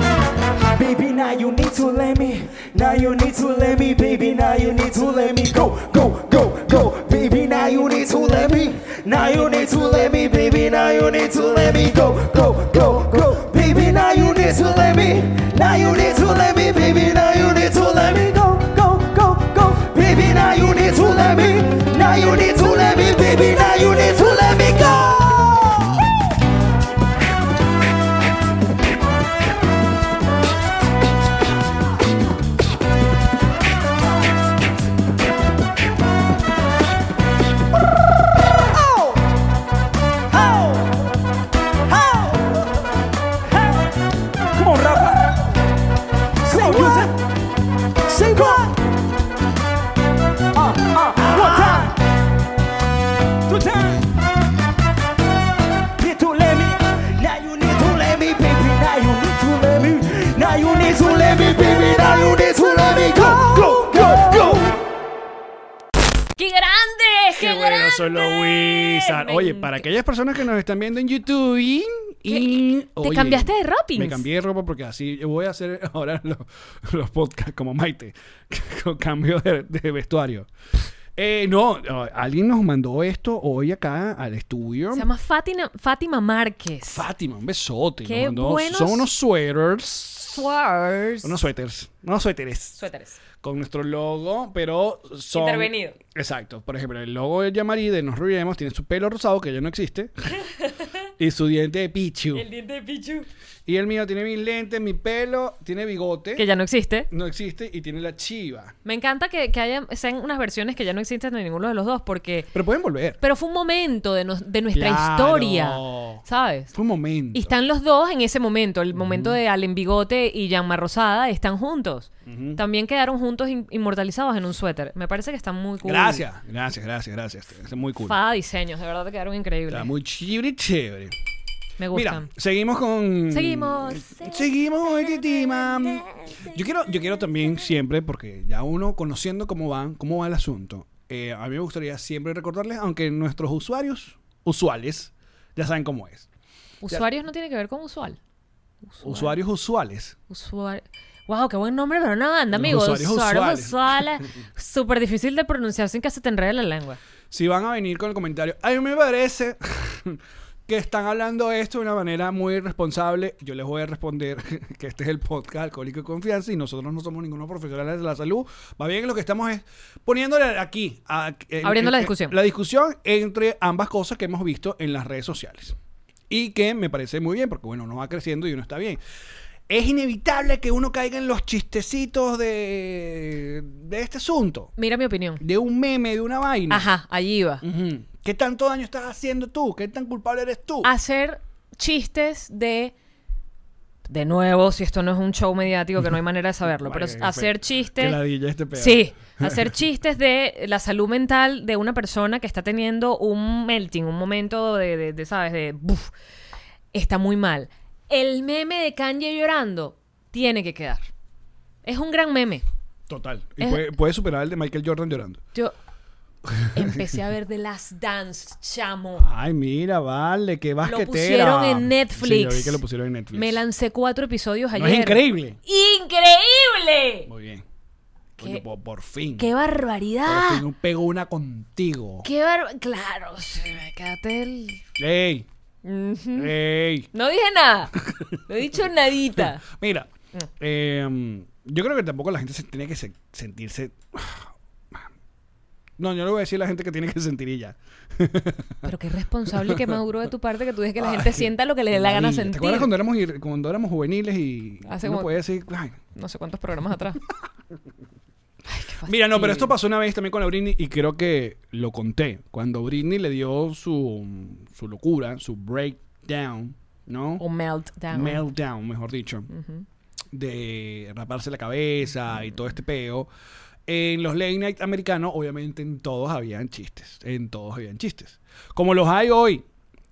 S4: Baby, now you need to let me. Now you need to let me, baby. Now you need to let me go, go, go, go. Baby, now you need to let me. Now you need to let me, baby. Now you need to let me go, go, go, go. Baby, now you need to let me. Now you need to let me, baby. Now you need to let me go, go, go, go. Baby, now you need to let me. Now you need to let me, baby. Now you need to let me go. Come on, rapper. Say Come on, what? Say Come what? Uh, uh, one time. Two time. Need to let me. Now you need to let me, baby. Now you need to let me. Now you need to let me, baby. Now you need to let me go, go, go, go.
S2: ¡Qué grande! ¡Qué,
S1: bueno
S2: grande!
S1: son los Wizards.
S2: Me
S1: Oye, para aquellas personas que nos están viendo en YouTube Y,
S2: ¿Te cambiaste de rappings?
S1: Me cambié de ropa porque así yo voy a hacer ahora los, los podcasts como Maite, con cambio de, de vestuario. Eh, no, no, alguien nos mandó esto hoy acá al estudio.
S2: Se llama Fátima, Fátima Márquez.
S1: Fátima, un besote. nos
S2: Qué
S1: mandó-
S2: buenos-
S1: Son unos suéteres.
S2: Suárez.
S1: Unos suéteres. Unos suéteres.
S2: Suéteres.
S1: Con nuestro logo, pero son.
S2: Intervenido.
S1: Exacto. Por ejemplo, el logo de Yamari de Nos Reiremos tiene su pelo rosado, que ya no existe. y su diente de Pichu.
S2: El diente de Pichu.
S1: Y el mío tiene mis lentes, mi pelo, tiene bigote.
S2: Que ya no existe.
S1: No existe y tiene la chiva.
S2: Me encanta que, que haya, sean unas versiones que ya no existen de ninguno de los dos, porque.
S1: Pero pueden volver.
S2: Pero fue un momento de, nos- de nuestra
S1: Claro.
S2: historia. ¿Sabes?
S1: Fue un momento.
S2: Y están los dos en ese momento, el momento de Allen Bigote y Yanma Rosada, están juntos. También quedaron juntos in- inmortalizados en un suéter. Me parece que están muy cool.
S1: Gracias, gracias, gracias, gracias. Es muy cool.
S2: Fada diseños, de verdad que quedaron increíbles.
S1: Está muy chévere, chévere.
S2: Me
S1: Mira,
S2: gustan.
S1: seguimos con.
S2: Seguimos.
S1: Seguimos este tema. Yo quiero, yo quiero también siempre, porque ya uno conociendo cómo va, cómo va el asunto, eh, a mí me gustaría siempre recordarles, aunque nuestros usuarios, usuales, ya saben cómo es.
S2: Usuarios no tiene que ver con usual.
S1: Usuarios usuales.
S2: Usuario. Wow, qué buen nombre para una banda, amigo.
S1: usuarios
S2: Usuarios
S1: usuales.
S2: usuales. Súper difícil de pronunciar sin que se te enrede la lengua.
S1: Si van a venir con el comentario, a mí me parece que están hablando esto de una manera muy irresponsable, yo les voy a responder que este es el podcast Alcohólico y Confianza y nosotros no somos ningunos profesionales de la salud. Va bien que lo que estamos es poniéndole aquí, a- eh, en-
S2: Abriendo
S1: en-
S2: la
S1: en-
S2: discusión.
S1: La discusión entre ambas cosas que hemos visto en las redes sociales. Y que me parece muy bien, porque bueno, uno va creciendo y uno está bien. Es inevitable que uno caiga en los chistecitos de, de este asunto.
S2: Mira mi opinión.
S1: De un meme, de una vaina.
S2: Ajá, allí va.
S1: Ujú. ¿Qué tanto daño estás haciendo tú? ¿Qué tan culpable eres tú?
S2: hacer chistes de de nuevo, si esto no es un show mediático que no hay manera de saberlo, pero
S1: Vaya, qué
S2: hacer
S1: feo.
S2: chistes
S1: Qué ladilla este pedo.
S2: Sí, hacer chistes de la salud mental de una persona que está teniendo un melting, un momento de, de- de, sabes, de buf, está muy mal. El meme de Kanye llorando tiene que quedar. Es un gran meme.
S1: Total. Y
S2: Es-
S1: puede, puede superar el de Michael Jordan llorando.
S2: Yo empecé a ver The Last Dance, chamo.
S1: Ay, mira, vale, qué
S2: Lo
S1: basquetera.
S2: pusieron en Netflix.
S1: Sí, yo vi que lo pusieron en Netflix.
S2: Me lancé cuatro episodios
S1: ¿No
S2: ayer.
S1: es increíble?
S2: ¡Increíble!
S1: Muy bien.
S2: Qué-
S1: Coño, por, por fin.
S2: ¡Qué
S1: por
S2: barbaridad!
S1: fin pego una contigo.
S2: ¡Qué barbaridad! Claro, sí, me quédate el...
S1: ¡Ey!
S2: Mm.
S1: ¡Ey!
S2: No dije nada. No he dicho nadita.
S1: Mira,
S2: Mm.
S1: eh, yo creo que tampoco la gente se tiene que se- sentirse. No, yo le voy a decir a la gente que tiene que sentir y ya.
S2: Pero qué responsable que Maduro de tu parte que tú dejes que la gente sienta lo que le dé la gana
S1: Maravilla. ¿Te
S2: sentir.
S1: acuerdas cuando éramos, ir- cuando éramos juveniles y
S2: Hace
S1: uno
S2: como-
S1: podía decir, "Ay,
S2: No sé cuántos programas atrás. Ay, qué fastidio.
S1: Mira, no, pero esto pasó una vez también con la Britney y creo que lo conté. Cuando Britney le dio su, su locura, su breakdown, ¿no?
S2: O meltdown.
S1: Meltdown, mejor dicho. De raparse la cabeza y todo este peo. En los late night americanos, obviamente en todos habían chistes. En todos habían chistes. Como los hay hoy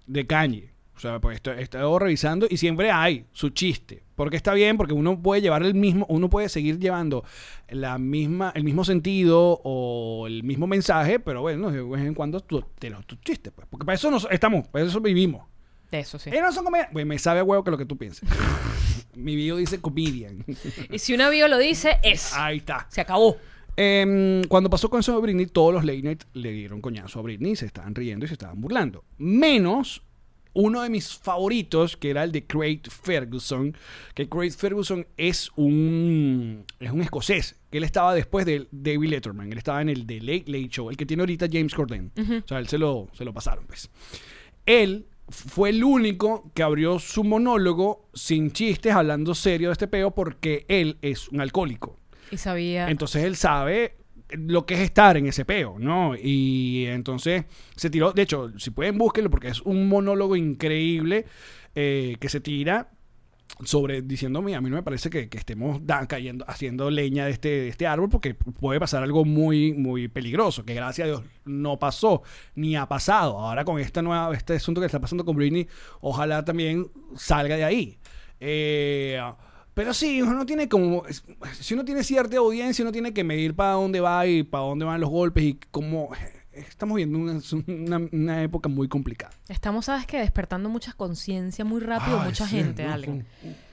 S1: de Kanye. O sea, pues esto, he estado revisando y siempre hay su chiste. Porque está bien, porque uno puede llevar el mismo, uno puede seguir llevando la misma, el mismo sentido o el mismo mensaje, pero bueno, de vez en cuando tú, te los tus chistes, pues. Porque para eso nos estamos, para eso vivimos.
S2: De eso sí.
S1: Ellos no son comediantes. Güey, me sabe a huevo que lo que tú piensas. Mi video dice comedian.
S2: Y si una bio lo dice, es.
S1: Ahí está.
S2: Se acabó.
S1: Em, cuando pasó con eso de Britney, todos los late night le dieron coñazo a Britney y se estaban riendo y se estaban burlando. Menos uno de mis favoritos, que era el de Craig Ferguson, que Craig Ferguson es un, es un escocés, que él estaba después de David Letterman, él estaba en el de Late Late Show, el que tiene ahorita James Corden. O sea, él se lo, se lo pasaron, pues. él fue el único que abrió su monólogo sin chistes, hablando serio de este peo, porque él es un alcohólico.
S2: Y sabía.
S1: Entonces él sabe lo que es estar en ese peo, ¿no? Y entonces se tiró, de hecho, si pueden búsquenlo porque es un monólogo increíble eh, que se tira sobre diciendo, mira, a mí no me parece que, que estemos da- cayendo, haciendo leña de este, de este árbol porque puede pasar algo muy, muy peligroso, que gracias a Dios no pasó, ni ha pasado. Ahora con esta nueva, este asunto que está pasando con Britney, ojalá también salga de ahí. Eh, pero sí, uno tiene como, es- si uno tiene cierta audiencia, uno tiene que medir para dónde va y para dónde van los golpes y cómo... estamos viendo una, una- una época muy complicada.
S2: Estamos, ¿sabes qué? Despertando mucha conciencia muy rápido,
S1: Ay,
S2: mucha
S1: sí,
S2: gente,
S1: ¿no?
S2: Allen.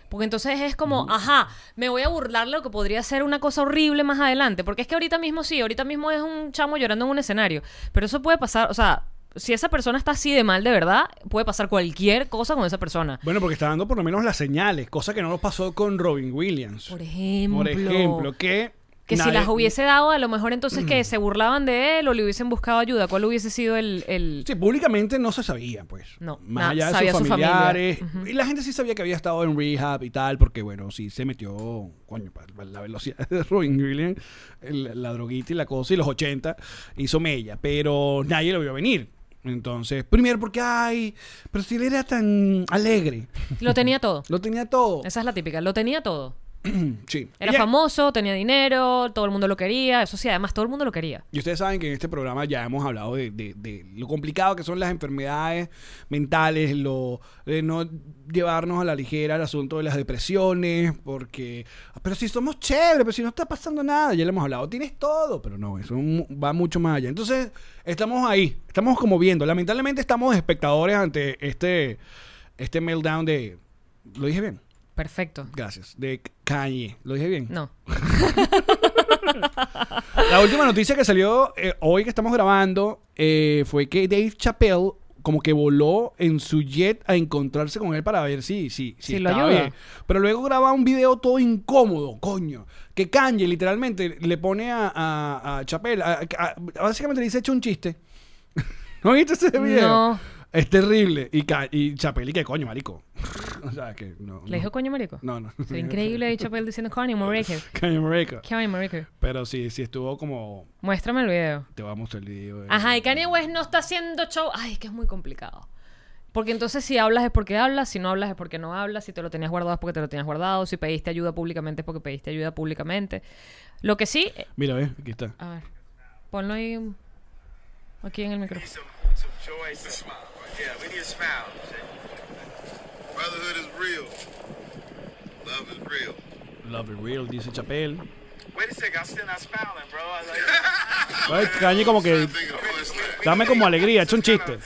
S2: Porque entonces es como, ajá, me voy a burlar lo que podría ser una cosa horrible más adelante. Porque es que ahorita mismo sí, ahorita mismo es un chamo llorando en un escenario. Pero eso puede pasar, o sea, si esa persona está así de mal de verdad, puede pasar cualquier cosa con esa persona.
S1: Bueno, porque está dando por lo menos las señales, cosa que no nos pasó con Robin Williams.
S2: Por ejemplo.
S1: Por ejemplo, que.
S2: Que si
S1: nadie- Mm.
S2: las hubiese dado, a lo mejor entonces que se burlaban de él o le hubiesen buscado ayuda. ¿Cuál hubiese sido el... el-
S1: Sí, públicamente no se sabía, pues.
S2: No,
S1: Más
S2: nada,
S1: allá de
S2: sabía
S1: sus
S2: su familia.
S1: familiares. Y la gente sí sabía que había estado en rehab y tal, porque, bueno, sí se metió, coño, pa- pa la velocidad de Robin Williams, el- la droguita y la cosa, y los 80 hizo mella, pero nadie lo vio venir. Entonces, primero porque, ay, pero si él era tan alegre,
S2: Lo tenía todo.
S1: lo tenía todo.
S2: Esa es la típica, lo tenía todo.
S1: Sí.
S2: Era
S1: Ella-
S2: famoso, tenía dinero, todo el mundo lo quería. Eso sí, además todo el mundo lo quería.
S1: Y ustedes saben que en este programa ya hemos hablado de, de- de lo complicado que son las enfermedades mentales, lo de no llevarnos a la ligera el asunto de las depresiones, porque, "Ah, pero si somos chéveres, pero si no está pasando nada, ya lo hemos hablado, tienes todo, pero no, eso mu- va mucho más allá. Entonces, estamos ahí, estamos como viendo, lamentablemente estamos espectadores ante este, este meltdown de, lo dije bien,
S2: Perfecto.
S1: gracias, de Kanye, lo dije bien.
S2: No.
S1: La última noticia que salió eh, hoy que estamos grabando eh, fue que Dave Chappelle como que voló en su jet a encontrarse con él para ver si, si,
S2: Si lo
S1: estaba
S2: ayuda.
S1: bien. Pero luego graba un video todo incómodo, coño. Que Kanye literalmente le pone a, a, a Chappelle, a- a- a- básicamente le dice hecho un chiste. ¿No viste ese video?
S2: No.
S1: Es terrible. Y, Ka- y Chappelle, ¿y qué coño, marico? o sea, que no.
S2: ¿Le dijo
S1: no.
S2: coño marico?
S1: No, no.
S2: Sería increíble ahí Chappelle diciendo coño marico.
S1: Kanye, marico.
S2: Coño marico.
S1: Pero sí, sí estuvo como...
S2: Muéstrame el video.
S1: Te vamos a mostrar el video. eh.
S2: Ajá, y Kanye West no está haciendo show. Ay, es que es muy complicado. Porque entonces si hablas es porque hablas, si no hablas es porque no hablas, si te lo tenías guardado es porque te lo tenías guardado, si pediste ayuda públicamente es porque pediste ayuda públicamente. Lo que sí... eh,
S1: Mira, ve, aquí está.
S2: A ver, ponlo ahí... mm, Aquí en el micrófono.
S8: Some, some joy, some smile. Yeah, we need a smile. Brotherhood is real. Love is real.
S1: Love it real, dice Chapel.
S8: Wait a second, I'm still not smiling, bro. I like,
S1: Ay, Kanye como que dame como alegría, es un chiste.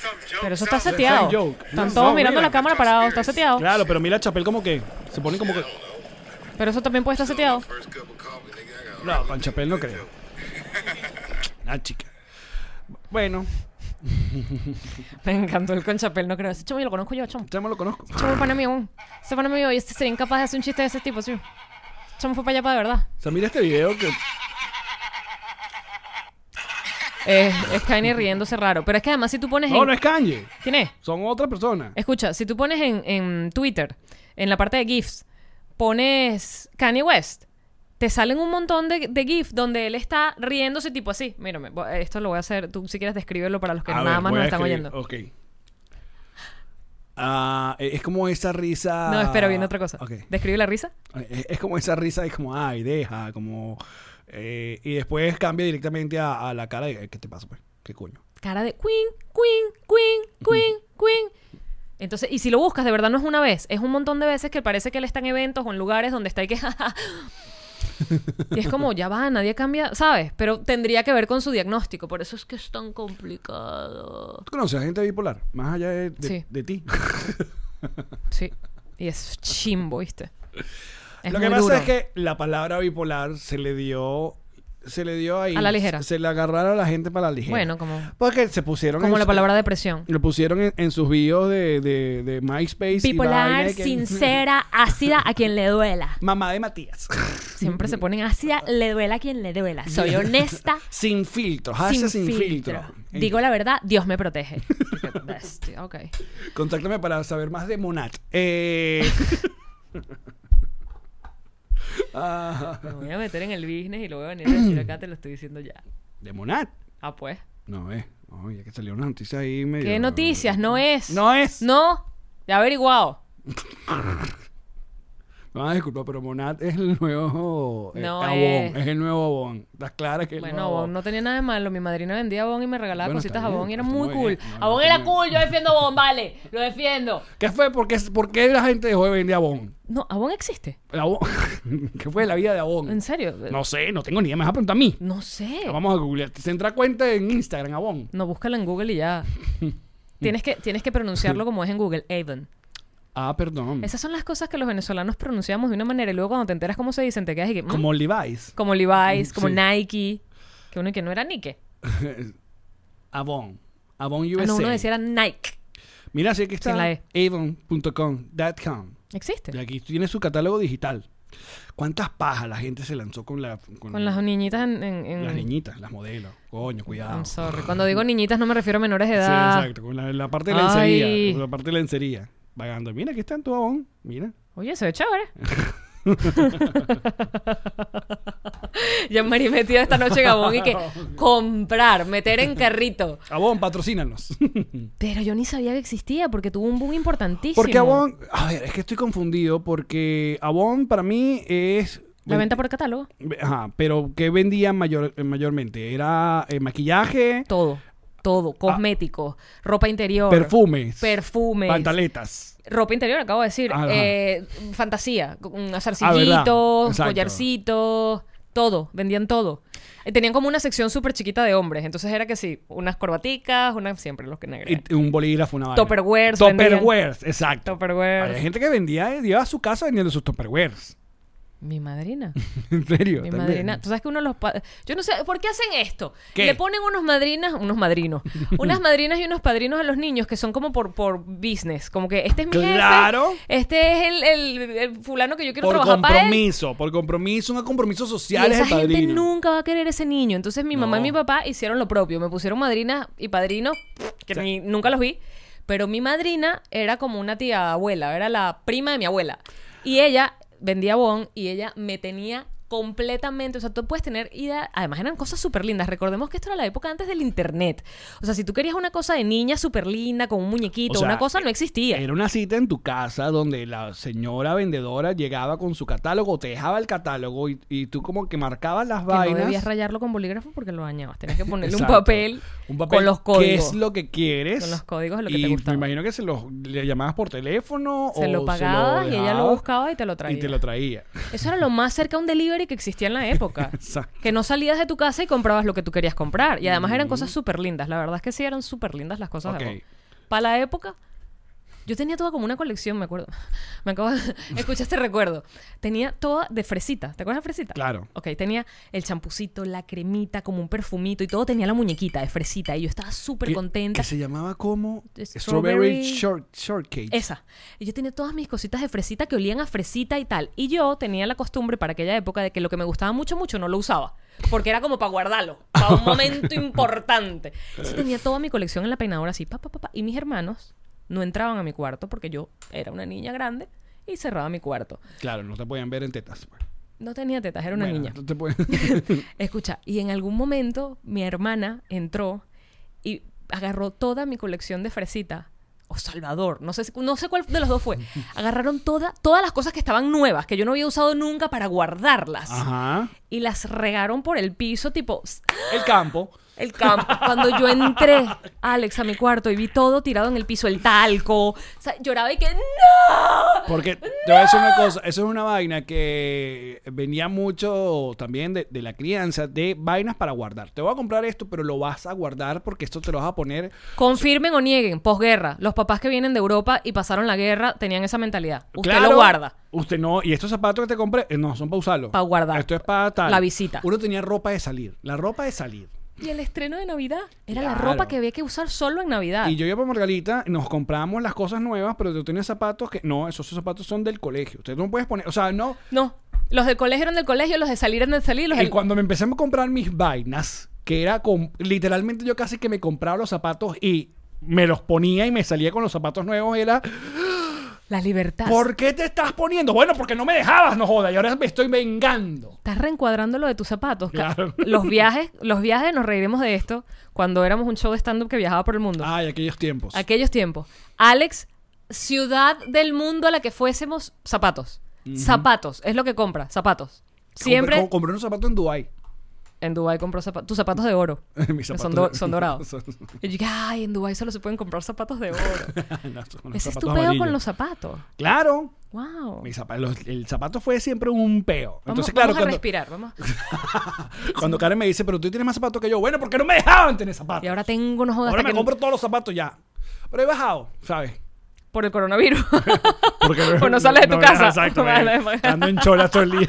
S2: Pero eso está
S1: Inside
S2: seteado.
S1: joke.
S2: Están
S1: No,
S2: todos
S1: mira.
S2: mirando la cámara parados, está seteado.
S1: Claro, pero mira Chapel como que se pone como que
S2: Pero eso también puede estar seteado.
S1: no, con Chapel no creo. La chica. Bueno,
S2: Me encantó el con Chapel, no creo. Ese chamo yo lo conozco yo, chamo.
S1: ya me lo conozco.
S2: Chamo es pana mío. Ese pana mío y este sería incapaz de hacer un chiste de ese tipo, sí. Chamo fue para allá para de verdad.
S1: O sea, mira este video que
S2: Eh, es Kanye riéndose raro. Pero es que además si tú pones
S1: No,
S2: en...
S1: no es Kanye,
S2: ¿Quién es?
S1: son otra persona.
S2: Escucha, si tú pones en, en Twitter, en la parte de GIFs, pones Kanye West, te salen un montón de, de GIFs donde él está riéndose tipo así. Mírame, bo- esto lo voy a hacer, tú si quieres describirlo para los que
S1: A
S2: nada
S1: ver,
S2: más
S1: voy
S2: nos
S1: a
S2: están
S1: escribir,
S2: oyendo.
S1: Ok. Ah, es como esa risa.
S2: No, espera, viene otra cosa.
S1: Ok.
S2: ¿Describe la risa?
S1: Eh, Es, es como esa risa, es como, ay, deja, como... eh, y después cambia directamente a, a la cara de, ¿qué te pasa, pues? ¿Qué coño?
S2: Cara de queen, queen, queen, queen, queen. Entonces, y si lo buscas, de verdad no es una vez, es un montón de veces que parece que él está en eventos o en lugares donde está y que... y es como, ya va, nadie cambia, ¿sabes? Pero tendría que ver con su diagnóstico, por eso es que es tan complicado.
S1: ¿Tú conoces a gente bipolar? Más allá de, de-
S2: Sí.
S1: de ti.
S2: Sí, y es chimbo, ¿viste? Es
S1: Lo que
S2: muy
S1: pasa
S2: duro.
S1: es que la palabra bipolar se le dio... Se le dio ahí...
S2: A la ligera.
S1: Se le agarraron a la gente para la ligera.
S2: Bueno, como-
S1: Porque se pusieron...
S2: Como
S1: en
S2: la
S1: su-
S2: palabra depresión.
S1: Lo pusieron en, en sus bios de, de, de MySpace. y vaina
S2: Bipolar,
S1: y que-
S2: sincera, ácida a quien le duela.
S1: Mamá de Matías.
S2: Siempre se ponen ácida, le duela a quien le duela. Soy honesta,
S1: sin filtro. Hashtag Ah, sin, filtro. En-
S2: Digo la verdad, Dios me protege. Bestia, ok.
S1: Contáctame para saber más de Monat. Eh... Ah,
S2: Me voy a meter en el business y lo voy a venir a decir acá, te lo estoy diciendo ya.
S1: ¿De Monat?
S2: Ah, pues.
S1: No, eh. Oye, que salió una noticia ahí medio...
S2: ¿Qué noticias? No es.
S1: No es.
S2: No. Ya averiguado.
S1: Me van a disculpar, pero Monat es el nuevo eh,
S2: No,
S1: Avon.
S2: es-
S1: Es... el nuevo Avon. Estás clara que es el
S2: Bueno,
S1: nuevo
S2: Avon no tenía nada de malo. Mi madrina vendía Avon y me regalaba
S1: Bueno,
S2: cositas
S1: está bien,
S2: Avon y era
S1: está
S2: muy
S1: muy
S2: cool.
S1: bien. No, no
S2: Avon
S1: está
S2: era
S1: bien.
S2: cool, yo defiendo Avon, vale. Lo defiendo.
S1: ¿Qué fue? ¿Por qué, por qué la gente dejó de vender Avon?
S2: No, Avon existe.
S1: Avon- ¿Qué fue de la vida de Avon?
S2: ¿En serio?
S1: No sé, no tengo ni idea. Me vas a preguntar a mí.
S2: No sé.
S1: Vamos a googlear. Tendrá cuenta en Instagram, Avon.
S2: No, búscala en Google y ya. tienes, que, tienes que pronunciarlo como es en Google, Avon.
S1: Ah, perdón.
S2: Esas son las cosas que los venezolanos pronunciamos de una manera y luego cuando te enteras cómo se dicen te quedas y que... mm,
S1: Como Levi's.
S2: como Levi's, como
S1: Sí.
S2: Nike. Que uno y que no era Nike.
S1: Avon. Avon
S2: Ah,
S1: USA.
S2: no, uno decía era Nike.
S1: Mira, sí, aquí está
S2: Sin la E.
S1: avon.com.com.
S2: Existe.
S1: Y aquí tiene su catálogo digital. ¿Cuántas pajas la gente se lanzó con la con,
S2: Con las niñitas en... en- en-
S1: las niñitas, las modelos? Coño, cuidado.
S2: I'm sorry. Cuando digo niñitas no me refiero a menores de
S1: Sí,
S2: edad.
S1: exacto, con la, la parte de
S2: Ay.
S1: lencería, con la parte de lencería, vagando. Mira, aquí está en tu abón, mira.
S2: Oye, se ve chévere. Ya María metida esta noche en Gabón y que comprar, meter en carrito.
S1: Abón, patrocínanos.
S2: Pero yo ni sabía que existía porque tuvo un boom importantísimo.
S1: porque ah, Avon, a ver, es que estoy confundido porque Avon para mí es...
S2: La venta por catálogo.
S1: Ajá, pero ¿qué vendían mayor, eh, mayormente? ¿Era eh, maquillaje?
S2: Todo. Todo. Cosméticos, ropa interior.
S1: Ah. Perfumes.
S2: Perfumes.
S1: Pantaletas. Ah,
S2: Ropa interior, acabo de decir.
S1: Ajá.
S2: Eh, fantasía. mm, Un
S1: Ah, ¿verdad?
S2: zarcillitos,
S1: Exacto.
S2: collarcitos. Todo. Vendían todo. Eh, Tenían como una sección súper chiquita de hombres. Entonces era que sí, unas corbaticas, unas siempre los que negrean.
S1: Y un bolígrafo, una vaina.
S2: Tupperwares
S1: Tupperwares, exacto.
S2: Tupperwares.
S1: Había gente que vendía, eh, iba a su casa vendiendo sus Tupperwares.
S2: Mi madrina.
S1: en serio.
S2: Mi
S1: también.
S2: madrina. Tú sabes que uno de los pa- Yo no sé, ¿por qué hacen esto?
S1: ¿Qué?
S2: Le ponen unos madrinas, unos madrinos, unas madrinas y unos padrinos a los niños que son como por, por business. Como que este es mi
S1: Claro.
S2: jefe. Este es el, el- el fulano que yo quiero
S1: Por
S2: trabajar para él.
S1: compromiso, por compromiso, un compromiso
S2: Y
S1: social es
S2: esa
S1: el
S2: gente
S1: padrino.
S2: nunca va a querer ese niño. Entonces mi mamá y
S1: No.
S2: mi papá hicieron lo propio. Me pusieron madrinas y padrinos, que ni- nunca los vi. Pero mi madrina era como una tía abuela, era la prima de mi abuela. Y ella vendía bon y ella me tenía completamente, o sea, tú puedes tener idea, además eran cosas súper lindas, recordemos que esto era la época antes del internet, o sea, si tú querías una cosa de niña súper linda, con un muñequito,
S1: O sea, eh,
S2: una cosa no existía.
S1: Era una cita en tu casa donde la señora vendedora llegaba con su catálogo, te dejaba el catálogo y, y tú como que marcabas las
S2: Que no
S1: vainas.
S2: debías rayarlo con bolígrafo porque lo dañabas, tenías que ponerle un
S1: Exacto.
S2: papel,
S1: Un papel
S2: con los códigos.
S1: ¿Qué es lo que quieres?
S2: Con los códigos de lo que
S1: y
S2: te gustaba.
S1: Me imagino que se los le llamabas por teléfono o
S2: Se lo pagabas y ella lo
S1: dejabas
S2: buscaba y te lo traía.
S1: Y te lo traía.
S2: Eso era lo más cerca a un delivery que existía en la época.
S1: Exacto.
S2: que no salías de tu casa y comprabas lo que tú querías comprar. Y además eran cosas súper lindas. La verdad es que sí eran súper lindas las cosas
S1: Mm. Ok.
S2: de Para la época, yo tenía toda como una colección, me acuerdo. Me acabo de... Escucha este recuerdo. Tenía toda de fresita. ¿Te acuerdas de fresita?
S1: Claro.
S2: Ok, tenía el champucito, la cremita, como un perfumito y todo. Tenía la muñequita de fresita y yo estaba súper
S1: Que-
S2: contenta.
S1: Que se llamaba como
S2: Strawberry-
S1: Strawberry, Short, Shortcake.
S2: Esa. Y yo tenía todas mis cositas de fresita que olían a fresita y tal. Y yo tenía la costumbre para aquella época de que lo que me gustaba mucho, mucho no lo usaba. Porque era como para guardarlo, para un momento importante. Entonces tenía toda mi colección en la peinadora así, pa, pa, pa, pa. Y mis hermanos no entraban a mi cuarto porque yo era una niña grande y cerraba mi cuarto.
S1: Claro, no te podían ver en tetas. pues.
S2: No tenía tetas, era una
S1: Bueno,
S2: niña.
S1: no te pueden-
S2: Escucha, y en algún momento mi hermana entró y agarró toda mi colección de fresita. O Salvador, no sé, si- no sé cuál de los dos fue. Agarraron toda, todas las cosas que estaban nuevas, que yo no había usado nunca para guardarlas.
S1: Ajá.
S2: Y las regaron por el piso, tipo, "Ss,
S1: El campo.
S2: el campo. Cuando yo entré, Alex, a mi cuarto y vi todo tirado en el piso, el talco. O sea, lloraba y que, ¡No!
S1: Porque te voy a decir una cosa, eso es una vaina que venía mucho también de, de la crianza, de vainas para guardar. Te voy a comprar esto, pero lo vas a guardar porque esto te lo vas a poner.
S2: Confirmen o nieguen, posguerra. Los papás que vienen de Europa y pasaron la guerra tenían esa mentalidad. Usted
S1: Claro,
S2: lo guarda.
S1: Usted no, y estos zapatos que te compré, eh, no, son para usarlo.
S2: Pa' guardar.
S1: Esto es para tal.
S2: La visita.
S1: Uno tenía ropa de salir, la ropa de salir.
S2: Y el estreno de Navidad era la
S1: Claro.
S2: ropa que había que usar solo en Navidad.
S1: Y yo iba para Margarita, nos comprábamos las cosas nuevas, pero tú tenías zapatos que, no, esos zapatos son del colegio. Usted no puedes poner, o sea, no,
S2: No, los del colegio eran del colegio, los de salir eran del salir, los
S1: Y
S2: del...
S1: cuando me empecé a comprar mis vainas, que era con, literalmente yo casi que me compraba los zapatos y me los ponía y me salía con los zapatos nuevos, era,
S2: La libertad.
S1: ¿por qué te estás poniendo? Bueno, porque no me dejabas, no joda, y ahora me estoy vengando.
S2: Estás reencuadrando lo de tus zapatos. Ca-
S1: Claro.
S2: Los viajes, los viajes, nos reiremos de esto, cuando éramos un show de stand-up que viajaba por el mundo.
S1: Ay, aquellos tiempos.
S2: Aquellos tiempos. Alex, ciudad del mundo a la que fuésemos, zapatos. Zapatos, es lo que compra, zapatos.
S1: Compré-
S2: Siempre
S1: com- compré unos zapatos en Dubai.
S2: en Dubai compró zapatos, tus zapatos de oro.
S1: Mis
S2: que
S1: zapatos
S2: son,
S1: de-
S2: do- son dorados.
S1: son-
S2: Y yo dije, ay, en Dubai solo se pueden comprar zapatos de oro.
S1: No, son unos
S2: Ese es
S1: zapatos
S2: tu peo
S1: amarillos.
S2: con los zapatos.
S1: Claro.
S2: Wow.
S1: Mi zapa- los- el zapato fue siempre un peo.
S2: Vamos,
S1: Entonces, claro,
S2: vamos a
S1: cuando,
S2: respirar, vamos.
S1: cuando Karen me dice, pero tú tienes más zapatos que yo, bueno, porque no me dejaban tener zapatos.
S2: Y ahora tengo unos jodas
S1: Ahora
S2: hasta
S1: me
S2: que-
S1: compro todos los zapatos ya. Pero he bajado, ¿sabes?
S2: por el coronavirus.
S1: Porque
S2: O no sales de tu casa.
S1: Exacto.
S2: Vale, pues.
S1: me-
S2: vale.
S1: Ando en cholas todo el día.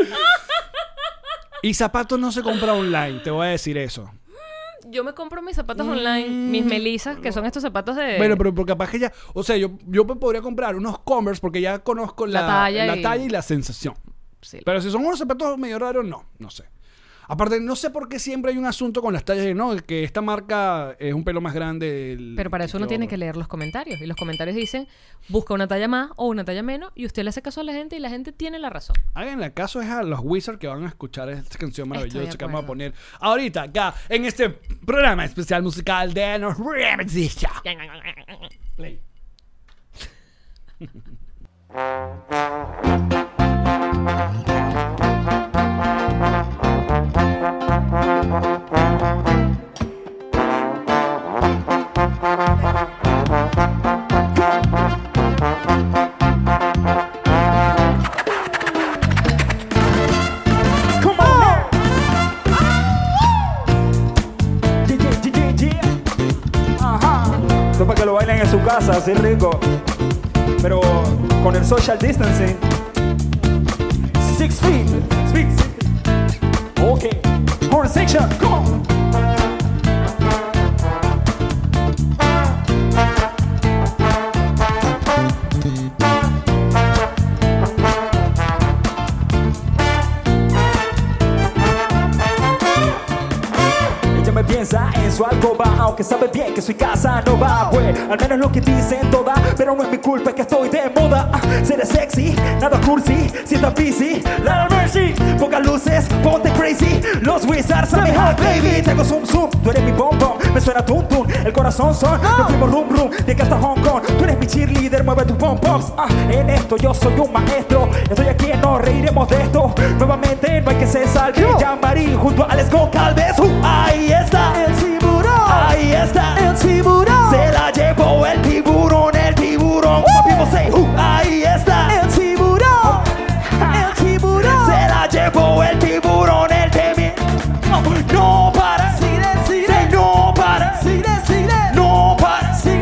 S1: y zapatos no se compra online, te voy a decir eso.
S2: Yo me compro mis zapatos online, mis melisas, que son estos zapatos de
S1: Mm. Bueno, pero porque capaz que ya, o sea, yo, yo me podría comprar unos Converse porque ya conozco la,
S2: La talla
S1: la
S2: y-
S1: talla y la sensación.
S2: Sí.
S1: Pero si son unos zapatos medio raros, no, no sé. Aparte, no sé por qué siempre hay un asunto con las tallas, de, ¿no? Que esta marca es un pelo más grande. del-
S2: Pero para eso uno tiene que leer los comentarios. Y los comentarios dicen, busca una talla más o una talla menos. Y usted le hace caso a la gente y la gente tiene la razón.
S1: Háganle caso es a los Wizards que van a escuchar esta canción
S2: Estoy de
S1: maravillosa que vamos a
S2: acuerdo.
S1: poner ahorita acá en este programa especial musical de Nos Remedicia. Play.
S4: Come on now. Yeah, yeah, yeah, yeah. Ajá. Esto para que lo bailen en su casa, así rico. Pero con el social distancing. Six feet. Six feet. Six feet. Okay. Horn section. Come on. Ella me piensa en su alcoba, aunque sabe bien que soy casa no va, pues al menos lo que dicen todas, pero no es mi culpa es que estoy de moda. Ah, Seré sexy, nada cursi, sienta busy, la mercy, pocas luces, ponte crazy, los wizards saben hot baby, tengo zoom zoom, tú eres mi pom pom, me suena tum tum, el corazón son, nos fuimos rum rum, de acá hasta Hong Kong, tú eres mi cheerleader, mueve tus pom poms, Ah, en esto yo soy un maestro, estoy aquí, nos reiremos de esto, nuevamente no hay que se salve, Jamboree junto a Alex Goncalves, Uh, ahí está el tiburón, ahí está el tiburón, se la llevó el tiburón, el tiburón, Como people say, uh, ahí está Uh. el tiburón, el tiburón, se la llevó el tiburón, el tiburón, no para, Say no para, no para, Say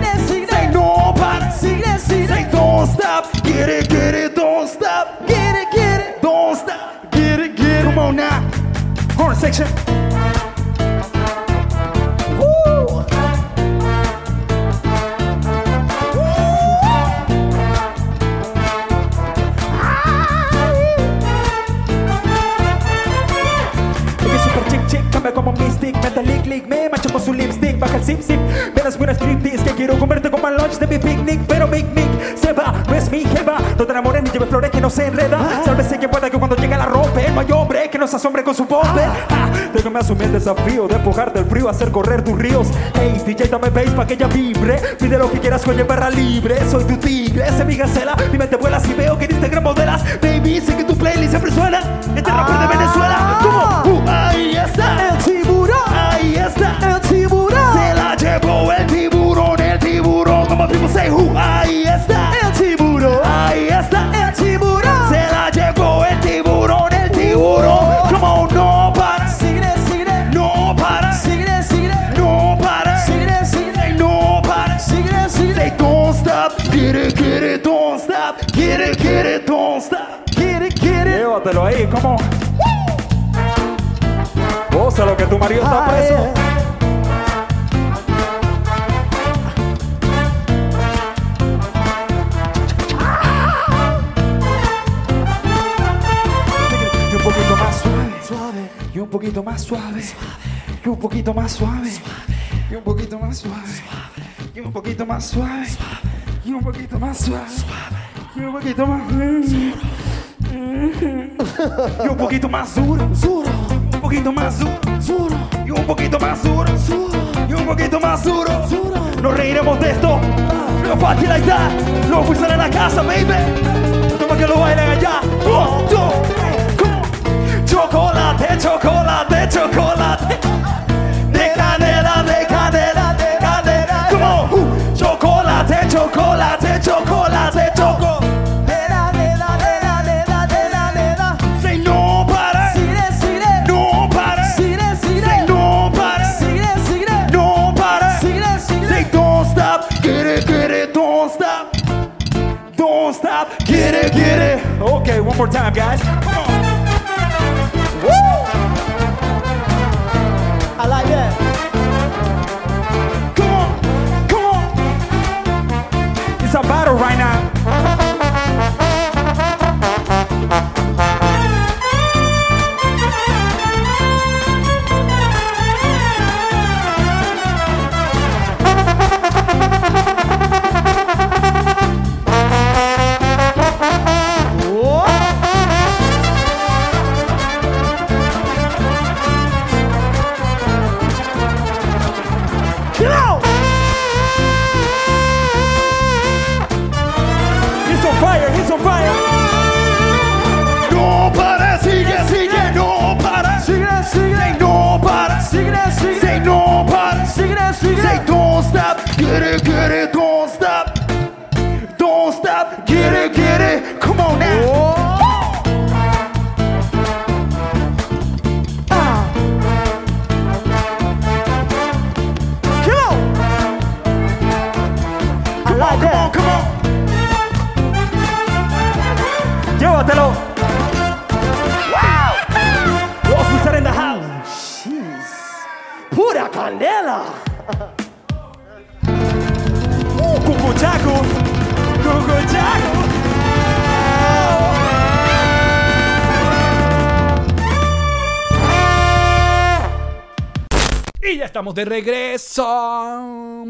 S4: no para, Say don't stop, get it, get it, don't stop, get it, get it, don't stop, get it, get it, come on now, horn section. Woo! Porque super chick chick, cambia como mystic Metal lick lick, me macho con su lipstick Baja el zip zip, verás buenas striptease Que quiero comerte como al lunch de mi picnic Pero mic mic, se va, no es mi jeva No te enamores ni lleves flores que no se enreda Sálvese quien pueda que cuando llega la rompe No hay hombre que nos asombre con su bombe Ah, Déjame asumir el desafío de empujarte el frío Hacer correr tus ríos Hey, DJ dame bass pa' que ella vibre Pide lo que quieras con en barra libre Soy tu tigre, se mi gacela Mi mente vuela si veo que en Instagram modelas Baby, sé que tu playlist siempre suena Este rapper de Venezuela, como Uh, ahí está el tiburón, ahí está el tiburón. Se la llevó el tiburón, el tiburón. Como people say, uh, ahí está el tiburón, ahí está el tiburón. Oh. Se la llevó el tiburón, el tiburón. Como no para, no para, no para, Say no para, Say don't stop, get it, get it, don't stop, get it, get it, don't stop, get it, get it. Llévatelo ahí, como Goza lo que tu marido está preso. Y un poquito más suave, suave. Y un poquito más suave, suave. Y un poquito más suave, suave. Y un poquito más suave, suave. Y un poquito más suave, suave. Y un poquito más suave, suave. Y un poquito más y un poquito más duro, duro, un poquito más duro, duro, y un poquito más duro, duro, y un poquito más duro, duro. Nos reiremos de esto, nos llegan fácil like that. Luego fuiste a la casa, baby. Toma que lo bailen allá. Un, dos, tres, come on. Chocolate, chocolate, chocolate. De cadera, de cadera, de cadera. Come on. Uh. Chocolate, chocolate, chocolate, choco. De la, de la, de la, de la, de la, de la. Say no para. Sire, sire. No para. Sire, sire. Say no para. Sire, sire. No para. Sire, sire. Say don't stop. Get it, get it, don't stop. Don't stop. Get it, get it. Okay, one more time, guys. Come on. Woo! I like that. Come on, come on. It's a battle right now. Go! He's on fire, he's on fire. No para, sigue, sigue, no para. Sigue, sigue. Say no para. Sigue, sigue. Say no para. Sigue, sigue. Say don't stop. Get it, get it, don't stop. Don't stop. Get it, get it. Come on now. Ah. Come on. Come on, come on, come on. Llévatelo. Wow. Los Wizard in the house. Jeez. Pura candela. Uh, cucuchaco. Cucuchaco.
S1: Y ya estamos de regreso.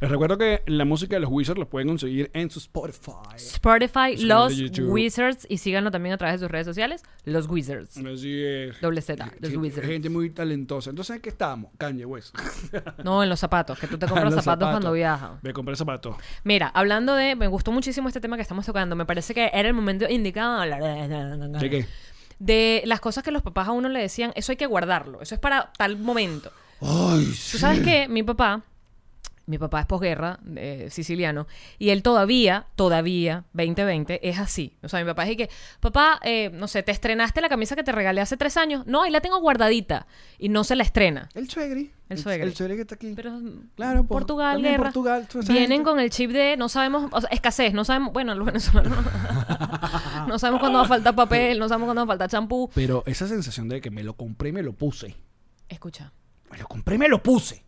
S1: Les recuerdo que la música de los Wizards la pueden conseguir en su Spotify.
S2: Spotify,
S1: Solo
S2: Los
S1: de YouTube.
S2: Wizards. Y síganlo también a través de sus redes sociales. Los Wizards.
S1: Así es.
S2: Doble Z, los
S1: Gente-
S2: Wizards.
S1: Mm. Gente muy talentosa. Entonces, ¿en qué estamos? Kanye West.
S2: No, en los zapatos, que tú te compras
S1: Los
S2: zapatos, cuando viajas.
S1: Me compré zapatos.
S2: Mira, hablando de. Me gustó muchísimo este tema que estamos tocando. Me parece que era el momento indicado de hablar de.
S1: ¿De qué?
S2: de las cosas que los papás a uno le decían, eso hay que guardarlo, eso es para tal momento. Tú sabes que mi papá, mi papá es posguerra, eh, siciliano, y él todavía, todavía, 2020, es así. O sea, mi papá es que, papá, eh, no sé, te estrenaste la camisa que te regalé hace tres años. No, ahí la tengo guardadita y no se la estrena.
S6: El suegri.
S2: El suegri.
S6: El suegri que está aquí.
S2: Pero mm,
S6: Claro, por-
S2: Portugal,
S6: también
S2: guerra.
S6: Portugal, tú sabes
S2: Vienen
S6: que-
S2: con el chip de no sabemos, o sea, escasez, no sabemos, bueno, los venezolanos no sabemos cuándo va a faltar papel, no sabemos cuándo va a faltar champú.
S1: Pero esa sensación de que me lo compré y me lo puse.
S2: Escucha,
S1: Me lo compré y me lo puse.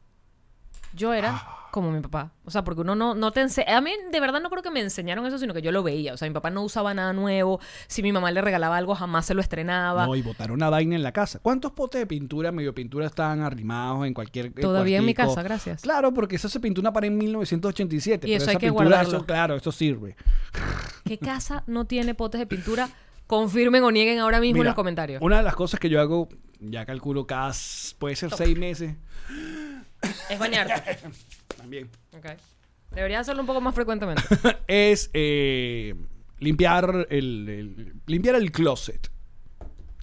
S2: yo era
S1: Ah.
S2: como mi papá. O sea, porque uno no, no te enseña. A mí, de verdad, no creo que me enseñaron eso, sino que yo lo veía. O sea, mi papá no usaba nada nuevo. Si mi mamá le regalaba algo, jamás se lo estrenaba.
S1: No, y botaron una vaina en la casa. ¿Cuántos potes de pintura, medio pintura, estaban arrimados en cualquier
S2: Todavía en mi
S1: cuartico?
S2: casa, gracias.
S1: Claro, porque eso se pintó una pared en 1987.
S2: Y
S1: pero
S2: eso
S1: esa
S2: hay que
S1: pintura,
S2: guardarlo.
S1: eso, claro, eso sirve.
S2: ¿Qué casa no tiene potes de pintura? Confirmen o nieguen ahora mismo en
S1: Mira,
S2: los comentarios.
S1: Una de las cosas que yo hago, ya calculo cada, s- puede ser seis meses,
S2: Es bañarte.
S1: también,
S2: Ok. Deberías hacerlo un poco más frecuentemente.
S1: es eh, limpiar, el, el- limpiar el closet,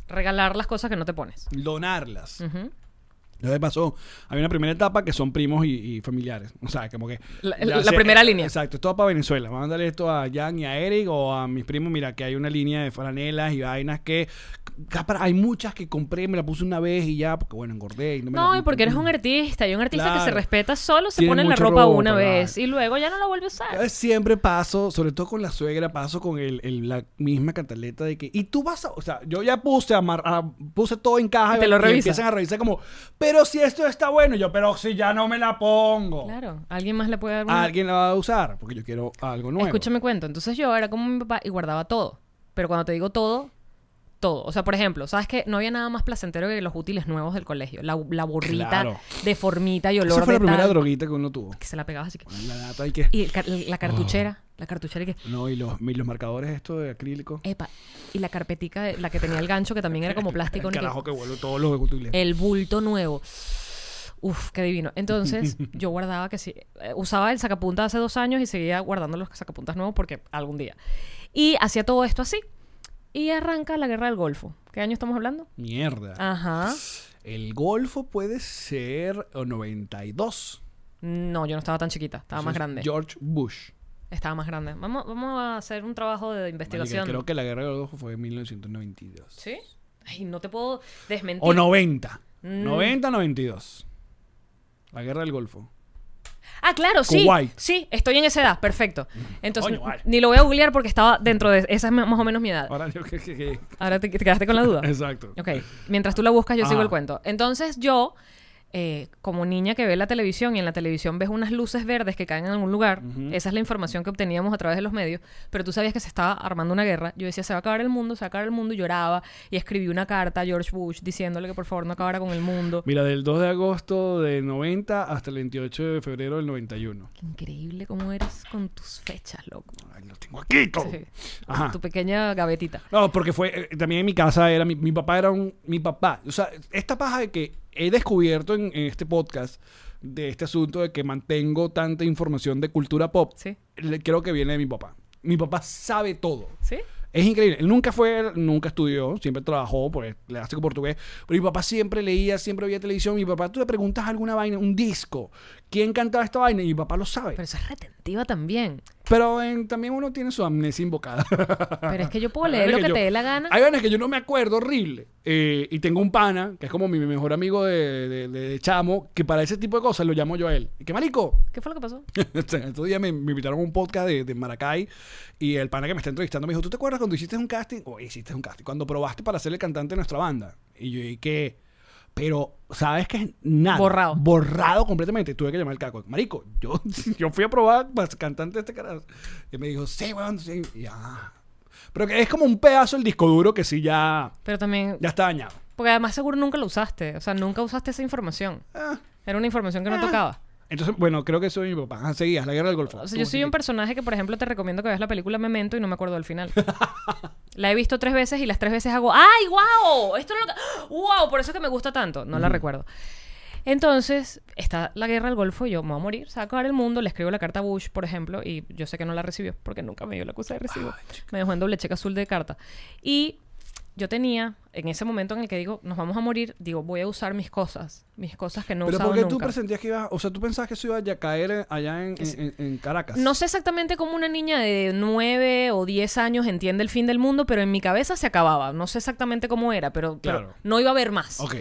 S2: Regalar las cosas que no te pones.
S1: donarlas.
S2: Ujú.
S1: Lo que pasó, hay una primera etapa que son primos y, y familiares. O sea, como que.
S2: La-
S1: ya eh,
S2: la primera línea.
S1: Exacto, esto va para Venezuela. Mándale esto a Jan y a Eric o a mis primos. Mira, que hay una línea de franelas y vainas que. capaz, Hay muchas que compré, me la puse una vez y ya, porque bueno, engordé. Y no, me
S2: No,
S1: la-
S2: y porque eres un artista. Y un artista que se
S1: Claro.
S2: respeta solo se
S1: Tiene
S2: pone la
S1: mucha
S2: ropa,
S1: ropa,
S2: una
S1: claro.
S2: vez y luego ya no la vuelve a usar.
S1: Eh, Siempre paso, sobre todo con la suegra, paso con el, el- la misma cataleta de que. Y tú vas a. O sea, yo ya puse, amar- a- puse todo en caja
S2: Y te lo
S1: y
S2: revisa.
S1: empiezan a revisar como. Pero si esto está bueno, yo, pero si ya no me la pongo.
S2: Claro, alguien más le puede dar una-
S1: Alguien la va a usar porque yo quiero algo nuevo.
S2: Escúchame cuento. Entonces yo era como mi papá y guardaba todo. Pero cuando te digo todo, todo. O sea, por ejemplo, ¿sabes qué? No había nada más placentero que los útiles nuevos del colegio. La, la borrita
S1: Claro.
S2: de formita y olor
S1: Esa fue
S2: de
S1: la primera
S2: tal,
S1: droguita que uno tuvo.
S2: que se la pegaba así que...
S1: La lata y que.
S2: Y el car- la
S1: Ah.
S2: cartuchera, la cartuchera y que...
S1: No, y los, y los marcadores esto de acrílico.
S2: Epa, y la carpetica, de- la que tenía el gancho, que también era como plástico. ¿no? Que-
S1: Carajo que vuelvo todos los útiles.
S2: el bulto nuevo. Uf, qué divino. Entonces, yo guardaba que sí. eh, usaba el sacapuntas hace dos años y seguía guardando los sacapuntas nuevos porque algún día. Y hacía todo esto así. Y arranca la guerra del Golfo. ¿Qué año estamos hablando?
S1: Mierda.
S2: ah. Ajá.
S1: El Golfo puede ser o 92.
S2: No, yo no estaba tan chiquita, estaba Ah, más
S1: Entonces,
S2: grande.
S1: George Bush.
S2: Estaba más grande. Vamos, vamos a hacer un trabajo de
S1: Marica,
S2: investigación.
S1: creo que la guerra del Golfo fue en 1992.
S2: ¿Sí? Ay, no te puedo desmentir.
S1: O 90.
S2: Mm.
S1: 90, 92. La guerra del Golfo.
S2: Ah, claro, sí.
S1: Kuwait. Mm.
S2: Sí, estoy en esa edad, perfecto. Entonces,
S1: Coño, vale.
S2: ni lo voy a googlear porque estaba dentro de... Esa es más o menos mi edad.
S1: Ahora yo que, que- que-
S2: Ahora te, te quedaste con la duda.
S1: Exacto.
S2: Ok, mientras tú la buscas, yo sigo
S1: Ajá.
S2: el cuento. Entonces yo, eh, como niña que ve la televisión y en la televisión ves unas luces verdes que caen en algún lugar, esa es la información que obteníamos a través de los medios, pero tú sabías que se estaba armando una guerra. Yo decía, se va a acabar el mundo, se va a acabar el mundo, y lloraba y escribí una carta a George Bush diciéndole que por favor no acabara con el mundo.
S1: Mira, del 2 de agosto del 90 hasta el 28 de febrero del 91.
S2: Qué increíble cómo eres con tus fechas, loco.
S1: Ay, lo tengo aquí, todo.
S2: Sí.
S1: Ajá.
S2: Tu pequeña gavetita.
S1: No, porque fue eh, también en mi casa era mi, mi papá era un mi papá, o sea, esta paja de que he descubierto en, en este podcast de este asunto de que mantengo tanta información de cultura pop,
S2: Sí.
S1: le- creo que viene de mi papá. Mi papá sabe todo.
S2: ¿Sí?
S1: Es increíble. Él nunca fue, nunca estudió, siempre trabajó, pues le hace con portugués. Pero mi papá siempre leía, siempre veía televisión. Mi papá, tú le preguntas alguna vaina, un disco, ¿quién cantaba esta vaina? Y mi papá lo sabe.
S2: Pero eso es retentiva también.
S1: Pero en- también uno tiene su amnesia invocada.
S2: Pero es que yo puedo leer lo que te dé la gana.
S1: Hay vainas que yo no me acuerdo horrible. Eh, y tengo un pana, que es como mi mejor amigo de, de- de- de chamo, que para ese tipo de cosas lo llamo yo a él. Y que marico,
S2: ¿Qué fue lo que pasó?
S1: O sea, Este, Estos días me, me invitaron a un podcast de, de Maracay y el pana que me está entrevistando me dijo, ¿tú te acuerdas cuando hiciste un casting? O hiciste un casting, cuando probaste para ser el cantante de nuestra banda. Y yo dije, pero sabes que es nada.
S2: Borrado.
S1: Borrado completamente. Tuve que llamar al caco. Marico, yo, yo fui a probar para ser cantante de este carajo. Y me dijo, sí, weón, sí. Y, "Ah". Pero que es como un pedazo el disco duro que sí ya,
S2: Pero también
S1: ya está dañado.
S2: Porque además seguro nunca lo usaste. O sea, nunca usaste esa información.
S1: Ah.
S2: Era una información que no tocaba.
S1: Entonces, bueno, creo que soy mi papá. Ah, Seguías, la guerra del Golfo.
S2: O sea, yo soy un personaje que, por ejemplo, te recomiendo que veas la película Memento y no me acuerdo del final. la he visto tres veces y las tres veces hago, ¡ay, wow! Esto es lo que... ¡Wow! Por eso que me gusta tanto. No la recuerdo. Entonces, está la guerra del Golfo y yo me voy a morir, se va a acabar el mundo, le escribo la carta a Bush, por ejemplo, y yo sé que no la recibió porque nunca me dio la cosa de recibo. me dejó en doble cheque azul de carta. Y yo tenía, en ese momento en el que digo, nos vamos a morir, digo, voy a usar mis cosas, mis cosas que no
S1: Pero
S2: usaba
S1: porque tú
S2: nunca.
S1: presentías que ibas, o sea, tú pensabas que eso iba a caer en- allá en, en- en Caracas.
S2: No sé exactamente cómo una niña de 9 o 10 años entiende el fin del mundo, pero en mi cabeza se acababa. No sé exactamente cómo era, pero, pero
S1: Claro.
S2: no iba a haber más.
S1: Ok.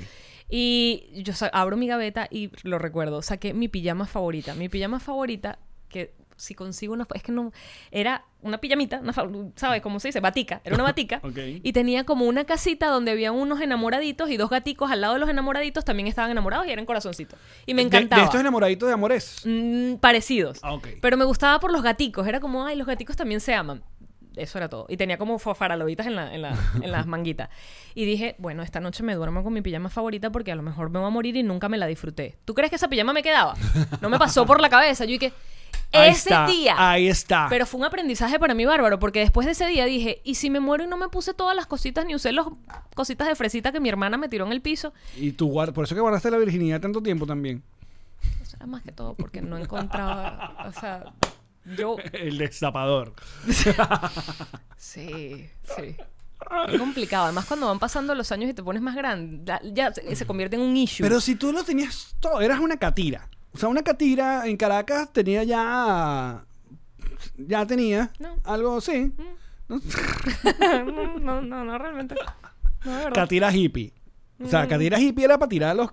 S2: Y yo sa- abro mi gaveta y lo recuerdo, saqué mi pijama favorita. Mi pijama favorita, que si consigo una... Es que no... Era una pijamita, una fa- ¿sabes cómo se dice? Batica. Era una batica.
S1: Ok.
S2: Y tenía como una casita donde había unos enamoraditos y dos gaticos al lado de los enamoraditos también estaban enamorados y eran corazoncitos. Y me
S1: De-
S2: encantaba.
S1: De, estos enamoraditos de amores.
S2: Mm, parecidos.
S1: Ah, ok.
S2: Pero me gustaba por los gaticos. Era como, ay, los gaticos también se aman. Eso era todo. Y tenía como fa- faralobitas en, la- en la- en las manguitas. Y dije, bueno, esta noche me duermo con mi pijama favorita porque a lo mejor me voy a morir y nunca me la disfruté. ¿Tú crees que esa pijama me quedaba? No me pasó por la cabeza. Yo dije,
S1: Ahí
S2: ese
S1: está,
S2: día.
S1: Ahí está.
S2: Pero fue un aprendizaje para mí bárbaro, porque después de ese día dije, ¿y si me muero y no me puse todas las cositas ni usé las cositas de fresita que mi hermana me tiró en el piso?
S1: y tú guard- por eso que guardaste la virginidad tanto tiempo también.
S2: Eso era más que todo porque no encontraba, o sea, yo
S1: El destapador.
S2: Sí, sí. Es complicado. Además, cuando van pasando los años y te pones más grande, la- ya se, se convierte en un issue.
S1: Pero si tú lo tenías todo, eras una catira. O sea, una catira en Caracas tenía ya. Ya tenía
S2: No. Mm.
S1: algo, sí.
S2: no, no, no, no, realmente. No, de verdad.
S1: Catira hippie. O
S2: Mm.
S1: sea, catira hippie era para tirar a los.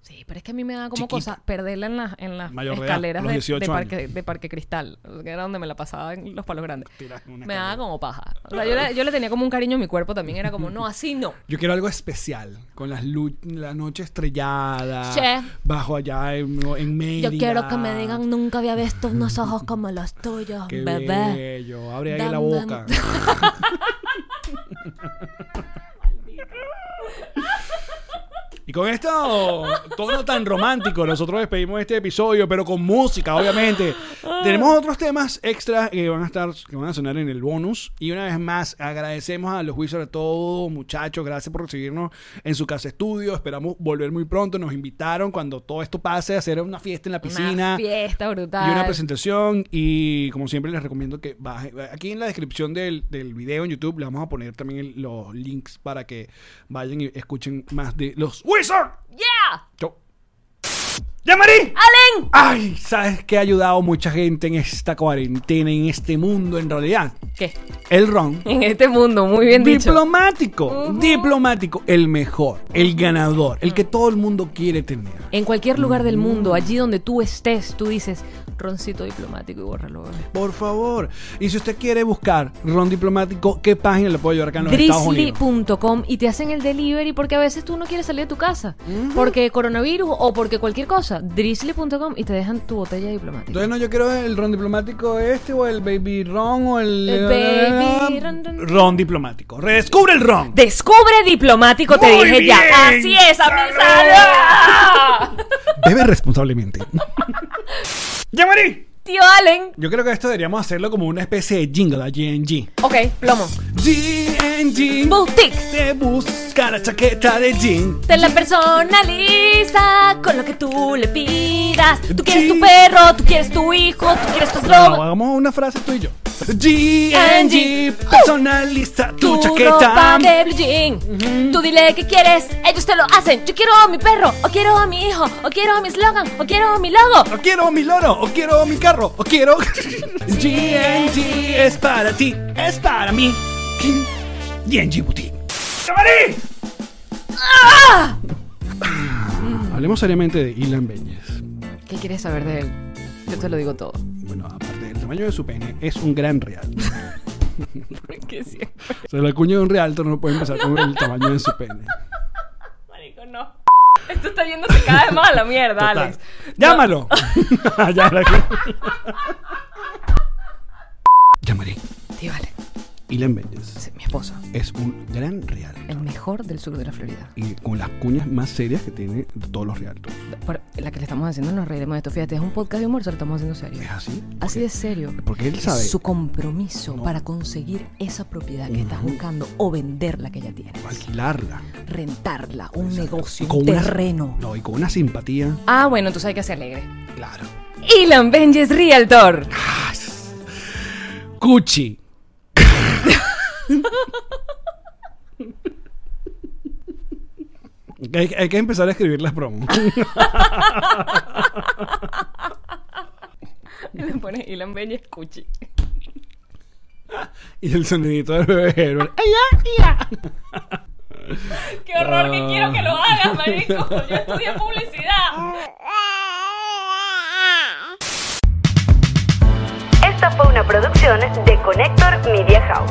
S2: Sí, pero es que a mí me da como
S1: Chiquita.
S2: cosa perderla en las, en las
S1: Mayor de edad,
S2: escaleras
S1: los
S2: de,
S1: 18
S2: de parque,
S1: años.
S2: de Parque Cristal, que era donde me la pasaba en los palos grandes.
S1: Tirar una
S2: Me daba
S1: escalera.
S2: como paja. O sea, yo, le, yo le tenía como un cariño a mi cuerpo también. Era como, no, así no.
S1: Yo quiero algo especial, con las lu- la noche estrellada,
S2: Sí.
S1: bajo allá en, en Mérida.
S7: Yo quiero que me digan, nunca había visto unos ojos como los tuyos,
S1: Qué
S7: bebé.
S1: bello, abre ahí la
S7: Dame-
S1: boca. Y con esto, todo tan romántico, nosotros despedimos este episodio, pero con música, obviamente. Tenemos otros temas extras que van a estar, que van a sonar en el bonus. Y una vez más, agradecemos a los Wizards a todos, muchachos. Gracias por recibirnos en su casa estudio. Esperamos volver muy pronto. Nos invitaron cuando todo esto pase a hacer una fiesta en la piscina.
S2: Una fiesta brutal.
S1: Y una presentación. Y como siempre, les recomiendo que baje. Aquí en la descripción del, del video en YouTube, le vamos a poner también el- los links para que vayan y escuchen más de los Wizards.
S2: ¡Yeah!
S1: Chau. ¡Yamari!
S2: ¡Alen!
S1: Ay, ¿sabes qué ha ayudado mucha gente en esta cuarentena, en este mundo en realidad?
S2: ¿Qué?
S1: El ron.
S2: En este mundo, muy bien dicho.
S1: Diplomático, diplomático, el mejor, el ganador, el que todo el mundo quiere tener.
S2: En cualquier lugar del mundo, allí donde tú estés, tú dices roncito diplomático y bórralo. bebé.
S1: Por favor. Y si usted quiere buscar ron diplomático, ¿qué página le puedo llevar acá en los Estados Unidos?
S2: Drizzly.com y te hacen el delivery porque a veces tú no quieres salir de tu casa. Porque coronavirus o porque cualquier cosa. Drizzly.com y te dejan tu botella diplomática.
S1: Entonces no, yo quiero el ron diplomático este o el baby ron o el...
S2: El baby ron, ron.
S1: Ron diplomático. Redescubre el ron.
S2: Descubre diplomático, te
S1: Muy
S2: dije
S1: bien,
S2: ya. Así es, amizada.
S1: Bebe responsablemente. ¡Yamari!
S2: Tío Allen.
S1: Yo creo que esto deberíamos hacerlo como una especie de jingle a GNG.
S2: Ok, plomo.
S1: GNG.
S2: Boutique.
S1: Te busca la chaqueta de jean.
S2: Te la personaliza con lo que tú le pidas. Tú quieres tu perro, tú quieres tu hijo, tú quieres tus
S1: No,
S2: lobos.
S1: hagamos una frase tú y yo. GNG. Personaliza tu
S2: ropa
S1: chaqueta.
S2: de blue jean. Tú dile qué quieres, ellos te lo hacen. Yo quiero a mi perro, o quiero a mi hijo, o quiero a mi slogan, o quiero mi logo.
S1: O quiero mi loro, o quiero mi carro, o quiero. GNG es para ti, es para mí. GNG Boutique. ¡Yamari! Ah. Hablemos seriamente de Ilan Beñez.
S2: ¿Qué quieres saber de él? Yo te lo digo todo.
S1: Bueno, aparte del tamaño de su pene, es un gran real.
S2: Porque siempre,
S1: O sea, la cuña de un realtor no puede empezar con el tamaño de su pene.
S2: marico, no. Esto está yéndose cada vez más a la mierda,
S1: Total.
S2: Alex.
S1: ¡Llámalo! Ya la- Llamaré.
S2: Tío Allen,
S1: Ilan Méndez
S2: sí, mi esposo,
S1: es un gran real.
S2: el mejor del sur de la Florida.
S1: Y con las cuñas más serias que tiene de todos los realtors.
S2: Por- la que le estamos haciendo nos reiremos de esto. Fíjate, es un podcast de humor, se lo estamos haciendo serio.
S1: ¿Es así?
S2: Así de serio.
S1: Porque él
S2: Es
S1: sabe.
S7: Su compromiso para conseguir esa propiedad que estás buscando o vender la que ya tienes.
S1: Alquilarla.
S7: Rentarla, un negocio,
S1: Con
S7: un
S1: una-
S7: terreno.
S1: No, y con una simpatía.
S2: Ah, bueno, tú sabes que hace alegre.
S1: Claro.
S2: Ilan Benjes Realtor.
S1: ¡Ah! Cuchi. hay, hay que empezar a escribir las promos.
S2: Le pones Ilan Benjes Cuchi.
S1: y el sonidito del bebé Herbert. ¡Ay,
S2: Qué horror
S1: Ah.
S2: que quiero que lo hagas, marico. Yo estudié publicidad.
S9: Esta fue una producción de Connector Media House.